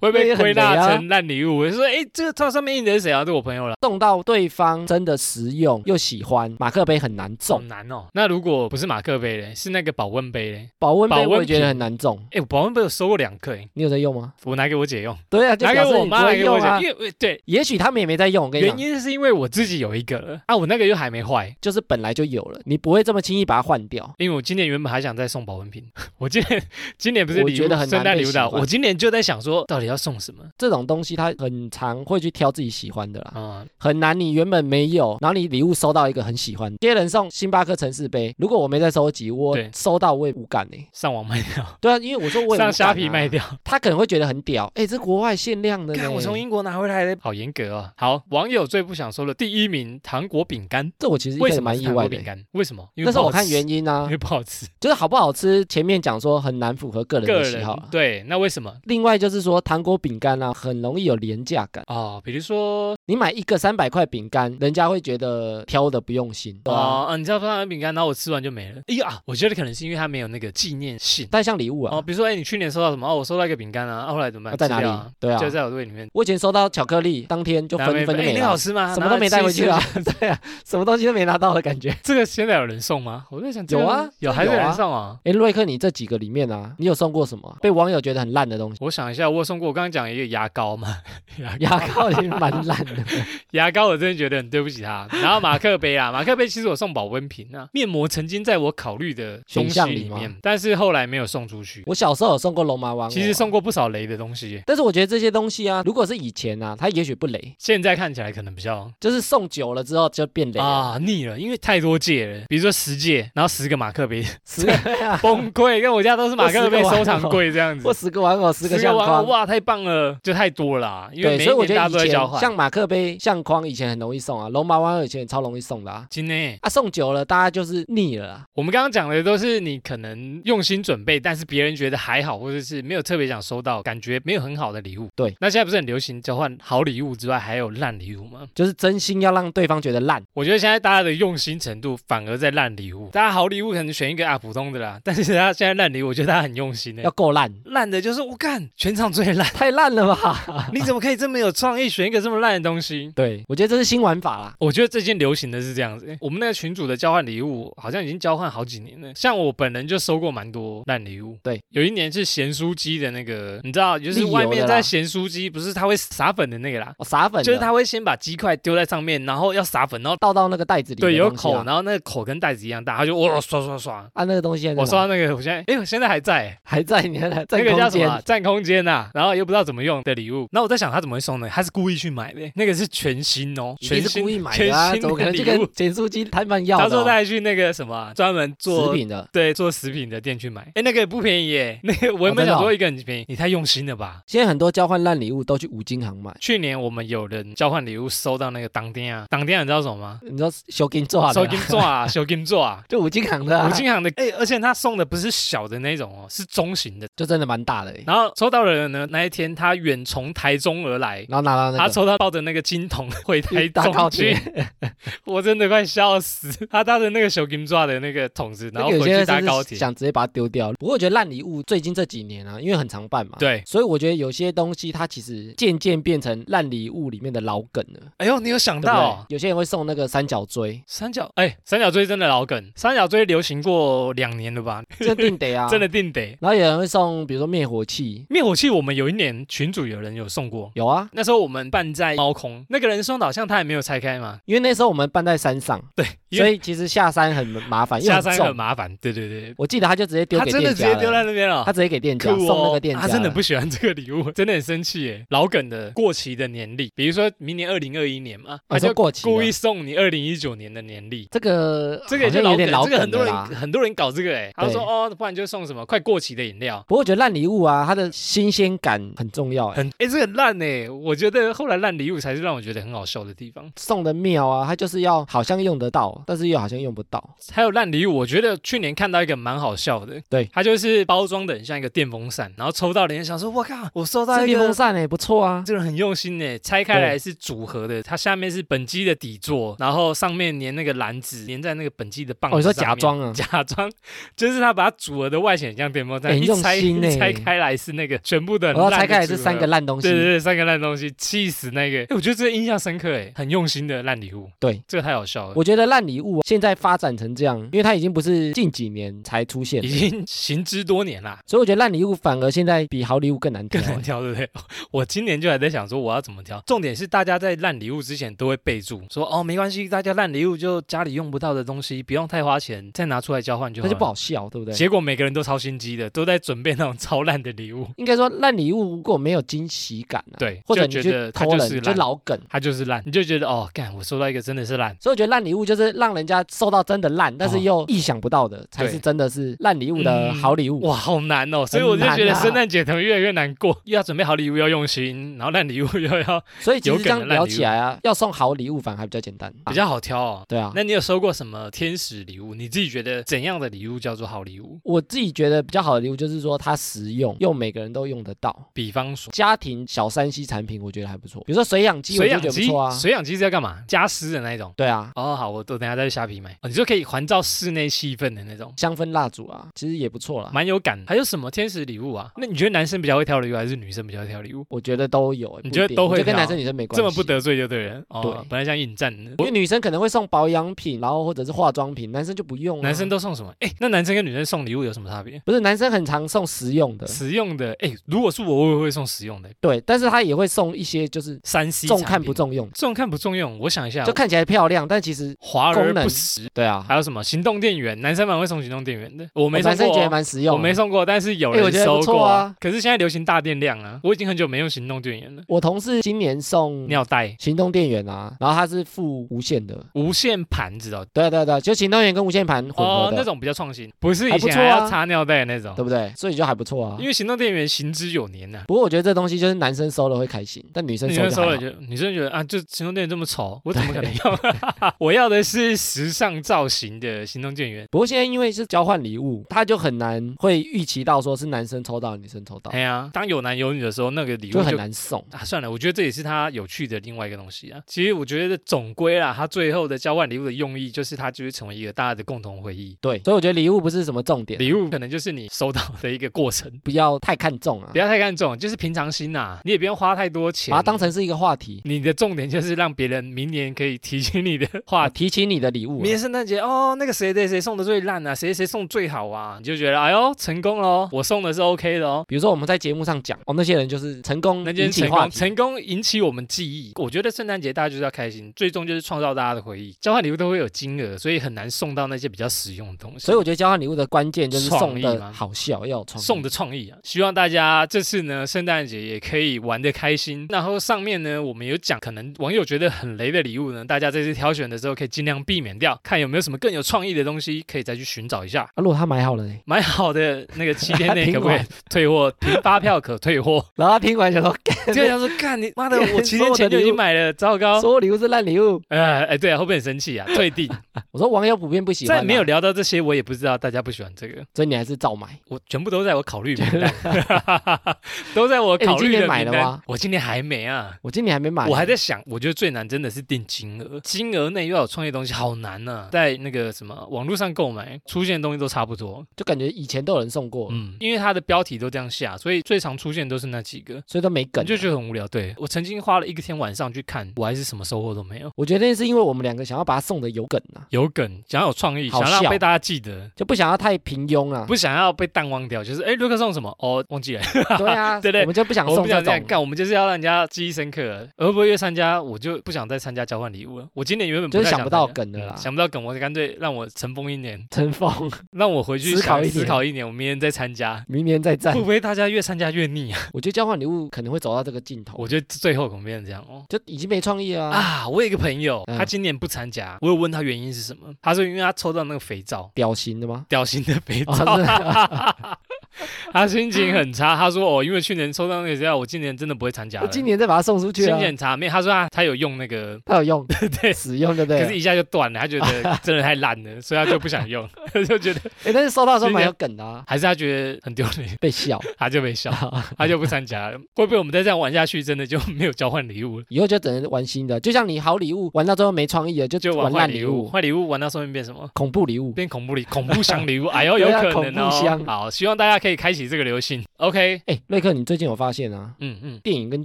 S1: 会
S2: 那
S1: 被
S2: 也很
S1: 归纳
S2: 雷啊
S1: 成烂礼物。我就说，哎，这个它上面印的是谁啊？是我朋友了，
S2: 送到对方真的实用又喜欢，马克杯很难
S1: 好
S2: 中，
S1: 难哦。那如果不是马克杯嘞，是那个保温杯嘞？
S2: 保温
S1: 保
S2: 杯
S1: 温
S2: 我也觉
S1: 瓶
S2: 得很难中。
S1: 哎，我保温杯有收过两个，哎，
S2: 你有在 用吗？
S1: 我拿给我姐用，
S2: 对啊，就
S1: 拿给
S2: 表示
S1: 我
S2: 你不
S1: 妈，拿
S2: 会
S1: 给我
S2: 用
S1: 姐
S2: 啊，。
S1: 因为对，
S2: 也许他们也没在用，我跟你
S1: 原
S2: 讲。
S1: 因是因为我自己有一个了啊，我那个又还没坏，
S2: 就是本来就有了，你不会这么轻易把它换掉。
S1: 因为我今年原本还想再送保温瓶，我今年今年不是
S2: 我
S1: 礼
S2: 觉
S1: 物
S2: 得很难
S1: 圣诞
S2: 被
S1: 礼物
S2: 喜
S1: 的，
S2: 欢
S1: 我今年就在想说，到底要要送什么
S2: 这种东西他很常会去挑自己喜欢的啦，
S1: 啊？
S2: 很难你原本没有，然后你礼物收到一个很喜欢的。有些人送星巴克城市杯，如果我没在收集，我
S1: 对
S2: 收到我也无感呢、欸
S1: 上网卖掉，
S2: 对啊，因为我说我也无感啊
S1: 上虾皮卖，掉。
S2: 他可能会觉得很屌，哎，这国外限量的呢
S1: 看，我从英国拿回来的，好严格啊！好，网友最不想说的第一名糖果饼干，
S2: 这我其实一
S1: 为
S2: 开始
S1: 什么
S2: 蛮
S1: 是
S2: 意
S1: 糖果
S2: 外的欸
S1: 饼。干？为什么？因为
S2: 但是
S1: 不好
S2: 我看
S1: 吃
S2: 原因啊
S1: 因，为不好吃，
S2: 就是好不好吃，前面讲说很难符合个人
S1: 个
S2: 的喜
S1: 人
S2: 好啊。
S1: 对，那为什么？
S2: 另外就是说，糖果饼干啊，很容易有廉价感。
S1: 哦，比如说
S2: 你买一个三百块饼干，人家会觉得挑的不用心，对吧、
S1: 哦、啊，你知道糖果饼干，然后我吃完就没了。哎呀，我觉得可能是因为它没有那个纪念性。
S2: 但像礼物啊，
S1: 哦，比如说，哎，你去年收到什么？哦，我收到一个饼干啊，啊后来怎么
S2: 啊
S1: 办？
S2: 在哪
S1: 吃
S2: 里
S1: 掉啊？
S2: 对啊
S1: 就在我胃里面，
S2: 我以前收到巧克力，当天就
S1: 然后
S2: 分一分就
S1: 哎
S2: 没
S1: 那个好
S2: 了，
S1: 吃吗？
S2: 什么都没带回去
S1: 啊
S2: 啊。。 对啊，什么东西都没拿到的感觉。
S1: 这个现在有人送吗？我在想，这
S2: 有
S1: 个
S2: 啊
S1: 有还是
S2: 有
S1: 有人
S2: 啊
S1: 送啊？
S2: 哎，瑞克，你这几个里面啊，你有送过什么被网友觉得很烂的东西？
S1: 我想一下，我有送过，我刚刚讲一个牙膏嘛，牙
S2: 牙膏也蛮烂的，
S1: 牙膏我真的觉得很对不起他。然后马克杯啊，马克杯其实我送保温瓶啊，面膜曾经在我考虑的东
S2: 选
S1: 西
S2: 项
S1: 里
S2: 里吗
S1: 面，但是后来没有送出去。
S2: 我小时候有送过龙马王，哦
S1: 其实送。过不少雷的东西，
S2: 但是我觉得这些东西啊，如果是以前啊，它也许不雷，
S1: 现在看起来可能比较
S2: 就是送久了之后就变雷了。
S1: 啊腻了，因为太多届了，比如说十届，然后十个马克杯
S2: 十个 啊，
S1: 崩溃，跟我家都是马克杯收藏柜这样子
S2: 或。十个玩偶，十个
S1: 十个
S2: 相
S1: 玩偶
S2: 框。
S1: 哇，太棒了，就太多了啊、因为
S2: 对，
S1: 每
S2: 所以
S1: 一
S2: 我
S1: 年
S2: 觉
S1: 大家都
S2: 得以
S1: 在交
S2: 前
S1: 换。
S2: 像马克杯、相框以前很容易送啊，龙马玩偶以前也超容易送的啊。
S1: 今天
S2: 啊，送久了大家就是腻了啦。
S1: 我们刚刚讲的都是你可能用心准备，但是别人觉得还好，或者是没有特别想收到，感觉没有很好的礼物。
S2: 对，
S1: 那现在不是很流行交换好礼物之外，还有烂礼物吗？
S2: 就是真心要让对方觉得烂，
S1: 我觉得现在大家的用心程度反而在烂礼物，大家好礼物可能选一个啊普通的啦， 但是他现在烂礼物，我觉得他很用心呢、欸
S2: 要 够烂，，
S1: 烂的就是我干，全场最烂
S2: 太烂了吧？
S1: 你怎么可以这么有创意，选一个这么烂的东西？
S2: 对，我觉得这是新玩法啦。
S1: 我觉得最近流行的是这样子，诶我们那个群主的交换礼物好像已经交换好几年了。像我本人就收过蛮多烂礼物，
S2: 对，
S1: 有一年是咸酥鸡的那个，你知道，就是
S2: 沥油
S1: 外面
S2: 的啦
S1: 在咸酥鸡，不是它会撒粉的那个啦，
S2: 哦，撒粉的
S1: 就是他会先把鸡块丢在上面，然后要撒粉，然后
S2: 倒到那个袋子里的
S1: 对有
S2: 东西啊，
S1: 口，然后那个口跟袋子一样大，他就哇刷刷刷。
S2: 啊，那个东西现在在
S1: 我
S2: 哪
S1: 刷到那个，我现在哎，我现在还在诶，
S2: 还在你还在
S1: 那个叫
S2: 空
S1: 什么啊
S2: 间，
S1: 占空间呐，然后又不知道怎么用的礼物。那我在想他怎么会送呢？他是故意去买的，那个是全新哦，
S2: 一定
S1: 全
S2: 是
S1: 新
S2: 故意买
S1: 全
S2: 的啊，
S1: 新
S2: 怎么可
S1: 的
S2: 能去
S1: 礼物
S2: 跟。减速机摊贩要的
S1: 他
S2: 哦？
S1: 说带去那个什么啊专门
S2: 食
S1: 做
S2: 品的，
S1: 对做食品的店去买，哎，那个也不便宜耶。 那个我原本
S2: 真的
S1: 想
S2: 哦
S1: 说一个很便宜，你太用心了吧。
S2: 现在很多交换烂礼物都去五金行买，
S1: 去年我们有人交换礼物收到那个当店啊，当店你知道什么吗？
S2: 你知道修金做好
S1: 收
S2: 的
S1: 金
S2: 啦，
S1: 座啊，收金座啊。
S2: 就五金行的啊，
S1: 五金行的，哎、而且他送的不是小的那种哦，是中型的。
S2: 就真的蛮大的欸，
S1: 然后收到的人呢，那一天他远从台中而来，
S2: 然后拿到那
S1: 他
S2: 个
S1: 抽到抱着那个金桶回台
S2: 大高
S1: 中
S2: 铁
S1: 去， 我真的快笑死。他搭着那个小金抓的那个桶子，然
S2: 那
S1: 后
S2: 个有
S1: 回
S2: 些
S1: 去
S2: 人
S1: 搭
S2: 甚
S1: 高
S2: 至
S1: 铁。
S2: 想直接把它丢掉。不过我觉得烂礼物最近这几年啊，因为很常办嘛，，
S1: 对，
S2: 所以我觉得有些东西它其实渐渐变成烂礼物里面的老梗了，
S1: 哎呦，你有想
S2: 对不
S1: 到哦、
S2: 对？有些人会送那个三角 锥，
S1: 三角哎，三角锥真的老梗，三角锥流行过两年了吧？
S2: 这定得啊，
S1: 真的。定得。
S2: 然后有人会送，比如说灭火器，
S1: 灭火器我们有一年群主有人有送过，
S2: 有啊，
S1: 那时候我们办在猫空，那个人送好像他也没有拆开嘛，
S2: 因为那时候我们办在山上，
S1: 对，因
S2: 所
S1: 为
S2: 以其实下山很麻烦，因为
S1: 下
S2: 很
S1: 山
S2: 重
S1: 很。麻烦。对对对，
S2: 我记得他就直接丢
S1: 他
S2: 给
S1: 真的
S2: 店
S1: 直接
S2: 家
S1: 丢
S2: 了，
S1: 在那边了
S2: 他。直接给店
S1: 酷
S2: 家送那
S1: 哦
S2: 个店，家
S1: 他
S2: 了，
S1: 真的不喜欢这个礼物， 真的很生气耶。老梗的过期的年历，比如说明年二零二一年嘛，他
S2: 我哦说
S1: 就
S2: 过期了
S1: 故意送你二零一九年的年历，
S2: 这个
S1: 这个也就
S2: 好像
S1: 老
S2: 有点
S1: 梗，
S2: 老
S1: 这个很
S2: 梗
S1: 多
S2: 的
S1: 人
S2: 啦。
S1: 很多人搞这个哎，他就说
S2: 对
S1: 哦，不然就送什么快过期的饮料，
S2: 不过我觉得烂礼物啊，它的新鲜感很 重要欸，
S1: 很哎、这个很烂哎、我觉得后来烂礼物才是让我觉得很好笑的地方。
S2: 送的妙啊，它就是要好像用得到，但是又好像用不到。
S1: 还有烂礼物，我觉得去年看到一个蛮好笑的，
S2: 对
S1: 它就是包装的很像一个电风扇，然后抽到的人想说，我靠，我收到
S2: 这
S1: 一
S2: 电 风
S1: 个。
S2: 扇也不错啊，
S1: 这个人很用心呢，拆开来是组合的，它下面是本机的底座，然后上面粘那个篮子，粘在那个本机的棒
S2: 哦，
S1: 子上
S2: 你说
S1: 面。
S2: 假装啊？
S1: 假装， 就是他把它组合的外显很像电风扇，
S2: 欸
S1: 一
S2: 用
S1: 拆
S2: 心
S1: 一
S2: 欸
S1: 拆开来是那个全部的很
S2: 我要
S1: 烂的组合，
S2: 拆开来是三个烂东西
S1: 对，对对，三个烂东西，气死那个！哎，我觉得这个印象深刻，哎，很用心的烂礼物，
S2: 欸对，
S1: 这个太好笑了。
S2: 我觉得烂礼物啊现在发展成这样，因为它已经不是近几年才出现
S1: 已
S2: 的，
S1: 经行之多年 啦，
S2: 所以我觉得烂礼物反而现在比好礼物更难挑
S1: 更。难挑，对不对？ 我今年就还在想说我要怎么挑。重点是大家在烂礼物之前都会备注说，哦，没关系，大家烂礼物就家里用不到的东西，不用太花钱，再拿出来交换就
S2: 那
S1: 好。
S2: 就不。好笑，对不对？
S1: 结果每个人都超心机的，都在准备那种超烂的礼物。
S2: 应该说烂礼物如果没有惊喜感啊，
S1: 对
S2: 或者
S1: 就
S2: 你
S1: 觉得
S2: 去
S1: 它
S2: 偷
S1: 就
S2: 人
S1: 是
S2: 你
S1: 烂
S2: 老梗。
S1: 它就是烂，你就觉得哦，干，我收到一个真的是烂。
S2: 所以我觉得烂礼物就是让人家收到真的烂，但
S1: 哦
S2: 是又意想不到的，才是
S1: 对
S2: 真的是烂礼物的好礼物。
S1: 哇，好难哦！所以我就觉得圣诞节怎么越来越难过，又要准备好礼物要用心，然后烂礼物又 要
S2: 所以其
S1: 有梗
S2: 实这样
S1: 的烂
S2: 聊
S1: 礼
S2: 起
S1: 物
S2: 来啊，要送好礼物反而还比较简单，
S1: 比
S2: 啊
S1: 较好挑哦。
S2: 对啊。
S1: 那你有收过什么天使礼物？你自己觉得怎样的礼物叫做好礼物？
S2: 我自己觉得比较好的礼物就是说它实用，又每个人都用得到。
S1: 比方说
S2: 家庭小三 C 产品我觉得还不错，比如说水养机，我
S1: 水
S2: 就觉
S1: 养
S2: 得不
S1: 机
S2: 错，啊。
S1: 水养机是要干嘛？加湿的那一种。
S2: 对啊，
S1: 哦，好，我都等一下再去虾皮买。哦，你就可以环照室内气氛的那种，
S2: 香氛蜡烛啊，其实也不错啦。
S1: 蛮有感。还有什么天使礼物啊？那你觉得男生比较会挑礼物，还是女生比较会挑礼物？
S2: 我觉得都有欸，
S1: 你
S2: 不
S1: 觉得
S2: 一定
S1: 都
S2: 我
S1: 会
S2: 跟
S1: 挑
S2: 男生女生没关系，
S1: 这么不得罪就对了。哦，
S2: 对
S1: 本来想引战的，
S2: 因为女生可能会送保养品，然后或者是化妆品，男生就不用啊、
S1: 男生都送什么？哎，那男生跟女生送礼物有什么差别？
S2: 不是男生很常送实用的，
S1: 实用的，哎，如果是我，我也会送实用的。
S2: 对，但是他也会送一些就是
S1: 三 C
S2: 重
S1: 产
S2: 看
S1: 品
S2: 不，重用，
S1: 重看不重用。我想一下哦
S2: 就，看起来漂亮，但其实
S1: 华而
S2: 功能
S1: 不实。
S2: 对啊，
S1: 还有什么行动电源？男生蛮会送行动电源的，我没
S2: 我
S1: 送
S2: 男生
S1: 过
S2: 觉得
S1: 哦。
S2: 蛮实用
S1: 我
S2: 的。
S1: 没送过，但是有
S2: 哎我
S1: 人
S2: 觉得
S1: 收
S2: 不
S1: 过
S2: 错啊
S1: 可是现在流行大电量啊，我已经很久没用行动电源了。
S2: 我同事今年送
S1: 尿袋、
S2: 行动电源啊，然后它是附无线的，
S1: 无线盘子哦，
S2: 对啊对啊对啊，就行动电源跟无线盘混
S1: 哦
S2: 合，
S1: 那
S2: 的，
S1: 种比较创新，不是以
S2: 还不
S1: 前
S2: 错
S1: 还要
S2: 啊
S1: 插尿袋的那种
S2: 对。不对？所以就还不错啊
S1: 因。为行动电源行之有年啊呐、
S2: 不过我觉得这东西就是男生收了会开心，但女生
S1: 女
S2: 收
S1: 生
S2: 就
S1: 收了
S2: 还好
S1: 就，女生觉得啊，这行动电源这么丑，我怎么可能要？ 我要的是时尚造型的行动电源。
S2: 不过现在因为是交换礼物，他就很难会预期到说是男生抽到女生抽到
S1: 哎，呀，当有男有女的时候，那个礼
S2: 就
S1: 物
S2: 很
S1: 就
S2: 难送。
S1: 啊，算了，我觉得这也是它有趣的另外一个东西啊。其实我觉得总归啦，它最后的交换礼物的用意就是它就是成为一个大家的共同回忆。
S2: 对，所以我觉得礼物不是什么重点，
S1: 礼物可能就是你收到的一个过程，
S2: 不要太看重啊
S1: 不，要太看重，就是平常心呐、你也不用花太多钱。
S2: 把它当成是一个话题，
S1: 你的重点就是让别人明年可以提起你的话
S2: 啊，提起你的礼物啊
S1: 明。年圣诞节哦，那个谁谁谁送的最烂啊，谁谁送最好啊，你就觉得哎呦成功了哦，我送的是 OK 的哦。
S2: 比如说我们在节目上讲哦，那些人就是成功
S1: 那今
S2: 引
S1: 天
S2: 起
S1: 成
S2: 话
S1: 功
S2: 题，
S1: 成功引起我们记忆，我觉得圣诞节大家就是要开心，最终就是创造大家的回忆。交换礼物都会有金额，所以很难送到那些比较实用的东西。
S2: 所以我觉得交换礼物的关键就是
S1: 创
S2: 送
S1: 意
S2: 的
S1: 吗
S2: 好笑，要有创意
S1: 送的创意啊，希望大家这次呢圣诞节也可以玩的开心。然后上面呢我们有讲，可能网友觉得很雷的礼物呢，大家这次挑选的时候可以尽量避免掉，看有没有什么更有创意的东西可以再去寻找一下。
S2: 啊，如果他买好了呢，
S1: 买好的那个七天内
S2: 平
S1: 可不可以
S2: 管
S1: 退货？凭发票可退
S2: 。
S1: 货
S2: 然后他听完想说，干
S1: 就想说，干你 妈的，我七
S2: 说
S1: 天
S2: 我
S1: 前
S2: 的
S1: 就已
S2: 礼
S1: 经
S2: 物
S1: 买了，糟糕。
S2: 说我礼物是烂礼物，
S1: 呃，哎，对啊，会不会很生 气啊？退订。
S2: 我说网友普遍不喜欢啊，
S1: 再没有聊到这些，我也不知道大家不喜欢这个，
S2: 所以你还是照买。
S1: 我全部都在我考虑名 单， 都在我考虑的名
S2: 哎你今年买
S1: 单。
S2: 了吗
S1: 我今年还没啊。
S2: 我今年还没买，
S1: 我还在想，我觉得最难真的是定金额，金额内又要有创业东西，好难呢、在那个什么网络上购买，出现的东西都差不多，
S2: 就感觉以前都有人送过，
S1: 嗯，因为它的标题都这样下，所以最常出现都是那几个。
S2: 所以都没梗啊
S1: 你。就觉得很无聊。对我曾经花了一个天晚上去看，我还是什么收获都没有。
S2: 我觉得是因为我们两个想要把它送的有梗啊，
S1: 有梗，想要有创意，
S2: 好
S1: 想要
S2: 笑
S1: 让被大家记得，
S2: 就不想要太平庸啊。
S1: 不想要被淡忘掉。就是哎，诶卢克送什么？哦，忘 记了。
S2: 对 啊，
S1: 对对
S2: 我们就不想
S1: 我
S2: 送
S1: 不
S2: 这
S1: 想这样
S2: 种，
S1: 干，我们就是要让人家记忆深刻。而不会参加，我就不想再参加交换礼物了。我今年原本
S2: 就
S1: 不
S2: 是
S1: 太
S2: 想不到
S1: 参加
S2: 梗的啦
S1: 嗯想不到梗，我干脆让我尘封一年，
S2: 陈峰
S1: 让我回去
S2: 思考
S1: 想
S2: 一
S1: 思
S2: 年
S1: 考一年，我明年再参加。
S2: 明年再战
S1: 会。不会大家越参加越腻啊？
S2: 我觉得交换礼物可能会走到这个尽头啊
S1: 我，觉得最后可能变成这样哦。
S2: 就已经没创意了啊。
S1: 啊，我有一个朋友，
S2: 嗯
S1: 他今年不参加，我有问他原因是什么，他说因为他抽到那个肥皂，
S2: 屌型的吗？
S1: 屌型的 肥皂，
S2: 哦，是
S1: 他心情很差。他说哦，因为去年抽到那个肥皂，我今年真的不会参加了。
S2: 啊今年再把它送出
S1: 心
S2: 去
S1: 情
S2: 啊，
S1: 很差，没有，他说他他有用那个。
S2: 它有用，
S1: 对
S2: 使用对不啊
S1: 可是，
S2: 对？
S1: 一下就断了，他觉得真的太烂 了，所以他就不想用，他就觉得
S2: 哎，但是收到的时候
S1: 今
S2: 蛮
S1: 年
S2: 有梗的啊，
S1: 还是他觉得很丢脸，
S2: 被笑。
S1: 他就没笑，
S2: 哦
S1: 他就不参加了。会不会我们再这样玩下去，真的就没有交换礼物了？
S2: 以后就只能玩新的，就像你好礼物玩到最后没创意了，就
S1: 就玩
S2: 玩
S1: 坏
S2: 烂
S1: 礼
S2: 礼
S1: 物，
S2: 物、
S1: 坏礼物玩到上面变什么？
S2: 恐怖礼物。
S1: 变恐怖礼恐怖箱礼物，哎呦，有
S2: 对啊
S1: 可能
S2: 恐怖
S1: 哦
S2: 箱。
S1: 好，希望大家可以开启这个流行。OK，
S2: 哎，瑞克，你最近有发现啊？
S1: 嗯嗯
S2: 电影跟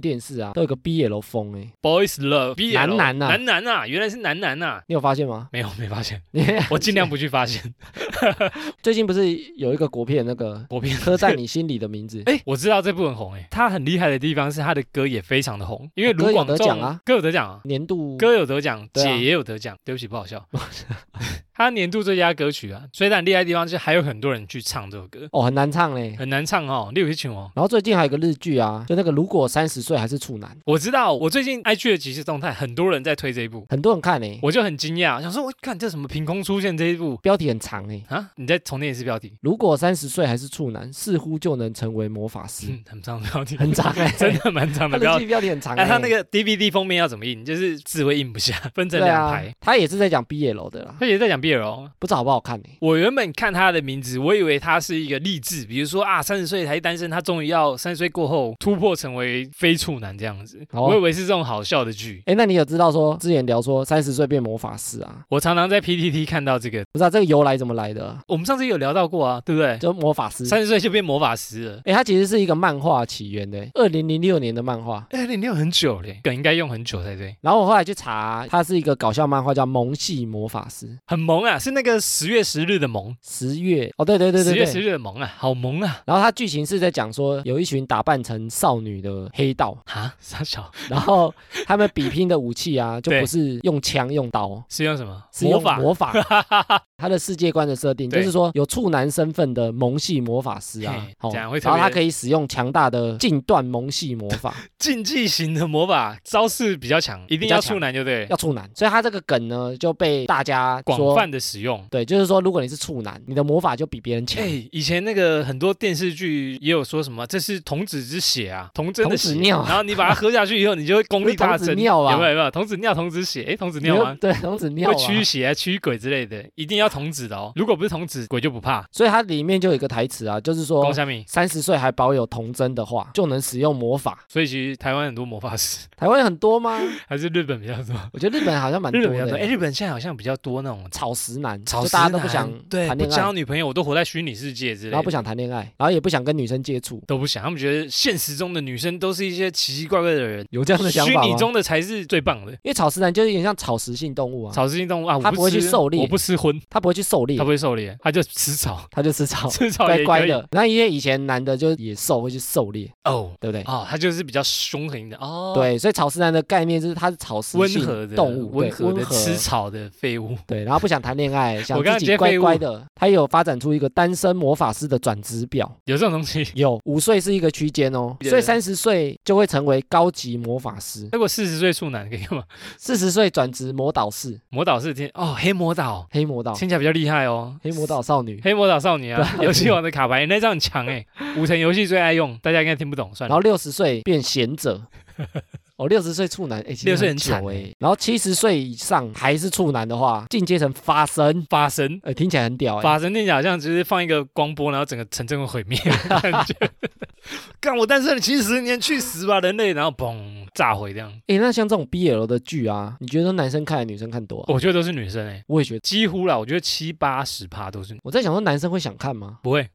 S2: 电视啊，都有个 BL 风哎、
S1: ，Boys Love，BL
S2: 男男呐
S1: 男男啊，原来是男男呐。
S2: 你有发现吗？
S1: 没有，没发 现，
S2: 你
S1: 我尽量不去发 现。
S2: 最近不是有一个国片 那个
S1: 国片
S2: 刻在你心里的名字？
S1: 哎，我知道这部很红哎，他很厉害的地方是他的歌也非常的红，因为卢广
S2: 哦歌有得奖
S1: 仲
S2: 啊，
S1: 歌有得奖啊，
S2: 年度
S1: 歌有得奖，
S2: 对啊
S1: 姐也有得奖，对不起不好笑。它年度最佳歌曲啊，所以它很厉害的地方是还有很多人去唱这首歌，
S2: 哦，很难唱嘞。
S1: 很难唱哦。例如是群哦，
S2: 然后最近还有一个日剧啊，就那个如果三十岁还是处男，
S1: 我知道，我最近 IG 的即时动态，很多人在推这一部，
S2: 很多人看嘞，
S1: 我就很惊讶，想说我看这什么凭空出现这一部
S2: 标题很长嘞。
S1: 啊？你再重念一次标题，
S2: 如果三十岁还是处男，似乎就能成为魔法师，
S1: 嗯，很长的标题，
S2: 很长哎、
S1: 真的蛮长
S2: 他
S1: 的标
S2: 的
S1: 题。
S2: 剧标题很长、欸。
S1: 哎，他那个 DVD 封面要怎么印？就是字会印不下，分成
S2: 对
S1: 两
S2: 啊
S1: 排。，
S2: 他也是在讲 BL 的啦，
S1: 他也在讲 BL，
S2: 不知道好不好看呢、欸
S1: 我原本看他的名字，我以为他是一个励志，比如说啊，三十岁才单身，他终于要三十岁过后突破成为非处男这样子，
S2: 哦
S1: 我以为是这种好笑的剧。
S2: 哎，那你有知道说之前聊说三十岁变魔法师啊？
S1: 我常常在 PTT 看到这个，
S2: 不知道这个由来怎么来的啊、
S1: 我们上次有聊到过啊，对不对？
S2: 就魔法师。
S1: 三十岁就变魔法师了，
S2: 哎，它其实是一个漫画起源的，二零零六年的漫画。
S1: 哎，你用很久嘞，梗应该用很久才对，
S2: 然后我后来去查，它是一个搞笑漫画，叫《萌系魔法师》。
S1: 很萌啊，是那个十月十日的萌，
S2: 十月哦，对对对
S1: 十
S2: 对
S1: 月十
S2: 对。
S1: 日的萌啊，好萌啊，
S2: 然后它剧情是在讲说，有一群打扮成少女的黑道，
S1: 啊，傻小
S2: 然后他们比拼的武器啊，就
S1: 对
S2: 不是用枪用刀，
S1: 是用什么
S2: 是
S1: 魔
S2: 用
S1: 法？
S2: 魔法。他的世界观的设定就
S1: 对
S2: 是说，有处男身份的萌系魔法师啊
S1: 嘿，
S2: 哦
S1: 这样会特
S2: 然后
S1: 别
S2: 他可以使用强大的近段萌系魔法，
S1: 竞技型的魔法招式 比较强，一定
S2: 比较
S1: 要
S2: 强
S1: 处男就对了，
S2: 要处男，所以他这个梗呢就被大家
S1: 广
S2: 说。
S1: 泛的使用。
S2: 对，就是说，如果你是处男，你的魔法就比别人强
S1: 哎、。以前那个很多电视剧也有说什么，这是童子之血啊，童真的血，
S2: 童子尿啊
S1: 然后你把它喝下去以后，你就会功力大
S2: 不是
S1: 增，
S2: 童子尿吧
S1: 有没有？有没有童子尿、童子血，哎、童子
S2: 你就
S1: 尿吗？
S2: 对，童子尿
S1: 会
S2: 啊。
S1: 驱邪啊、驱鬼之类的，一定要童子的哦。如果不是童子，鬼就不怕。
S2: 所以它里面就有一个台词啊，就是
S1: 高
S2: 说
S1: 下米，
S2: 三十岁还保有童真的话，就能使用魔法。
S1: 所以其实台湾很多魔法师，
S2: 台湾很多吗？
S1: 还是日本比较多。
S2: 我觉得日本好像蛮多
S1: 日本比较多，哎、
S2: 的。欸
S1: 日本现在好像比较多那种
S2: 草食男，
S1: 草
S2: 就
S1: 食
S2: 大家都不
S1: 男
S2: 想
S1: 对
S2: 谈
S1: 不
S2: 恋爱
S1: 交，女朋友，我都活在虚拟世界之类
S2: 然后不
S1: 的。
S2: 想谈恋爱，然后也不想跟女生接触，
S1: 都不想，他们觉得现实中的女生都是一些奇奇怪怪的人，
S2: 有这样的想
S1: 虚
S2: 法
S1: 拟
S2: 吗？
S1: 中的才是最棒的。
S2: 因为草食男就是有点像草食性动物啊，
S1: 草食性动物啊，我
S2: 它不会
S1: 吃
S2: 去狩猎
S1: 我不吃荤，
S2: 他不会去狩猎
S1: 它，不会狩猎，它就吃草，，
S2: 他就吃草
S1: 吃草也可
S2: 乖
S1: 以
S2: 乖的。那因为以前男的就野兽会去狩猎，
S1: 哦
S2: 对不对？
S1: 哦，它就是比较凶狠的哦，，
S2: 对，所以草食男的概念就是他是草食
S1: 温
S2: 性
S1: 和的
S2: 动物，
S1: 温
S2: 对
S1: 和的吃草的废物。
S2: 对，然后不想谈 恋爱，想
S1: 我刚刚
S2: 自己
S1: 接
S2: 乖
S1: 废物
S2: 乖的。他有发展出一个单身魔法师的转职表，
S1: 有这种东西。
S2: 有五岁是一个区间哦，
S1: 对
S2: 所以三十岁就会成为高级魔法师，
S1: 如果四十岁处男可以吗？
S2: 四十岁转职魔导士、
S1: 魔导是天哦，黑魔导
S2: 黑魔导、
S1: 听起来比较厉害哦。
S2: 黑魔导少女，
S1: 黑魔导少女啊，
S2: 对
S1: 游戏王的卡牌那张很强哎，五层游戏最爱用，大家应该听不懂，算
S2: 然
S1: 了
S2: 后。六十岁变贤 者。哦，六十岁处男，哎、其实
S1: 60岁
S2: 很
S1: 很
S2: 久
S1: 惨
S2: 哎、
S1: 欸
S2: 然后七十岁以上还是处男的话，进阶成发声，
S1: 法神，
S2: 哎、听起来很屌哎、
S1: 法神听起来好像只是放一个光波，然后整个城镇会毁灭的感觉。 干我单身了七十年，去死吧人类！然后嘣炸毁这样，
S2: 哎、那像这种 BL 的剧啊，你觉得男生看还是女生看多、啊？
S1: 我觉得都是女生哎、
S2: 我也觉得，
S1: 几乎啦，我觉得七八十趴都是
S2: 我在想说男生会想看吗？
S1: 不 会，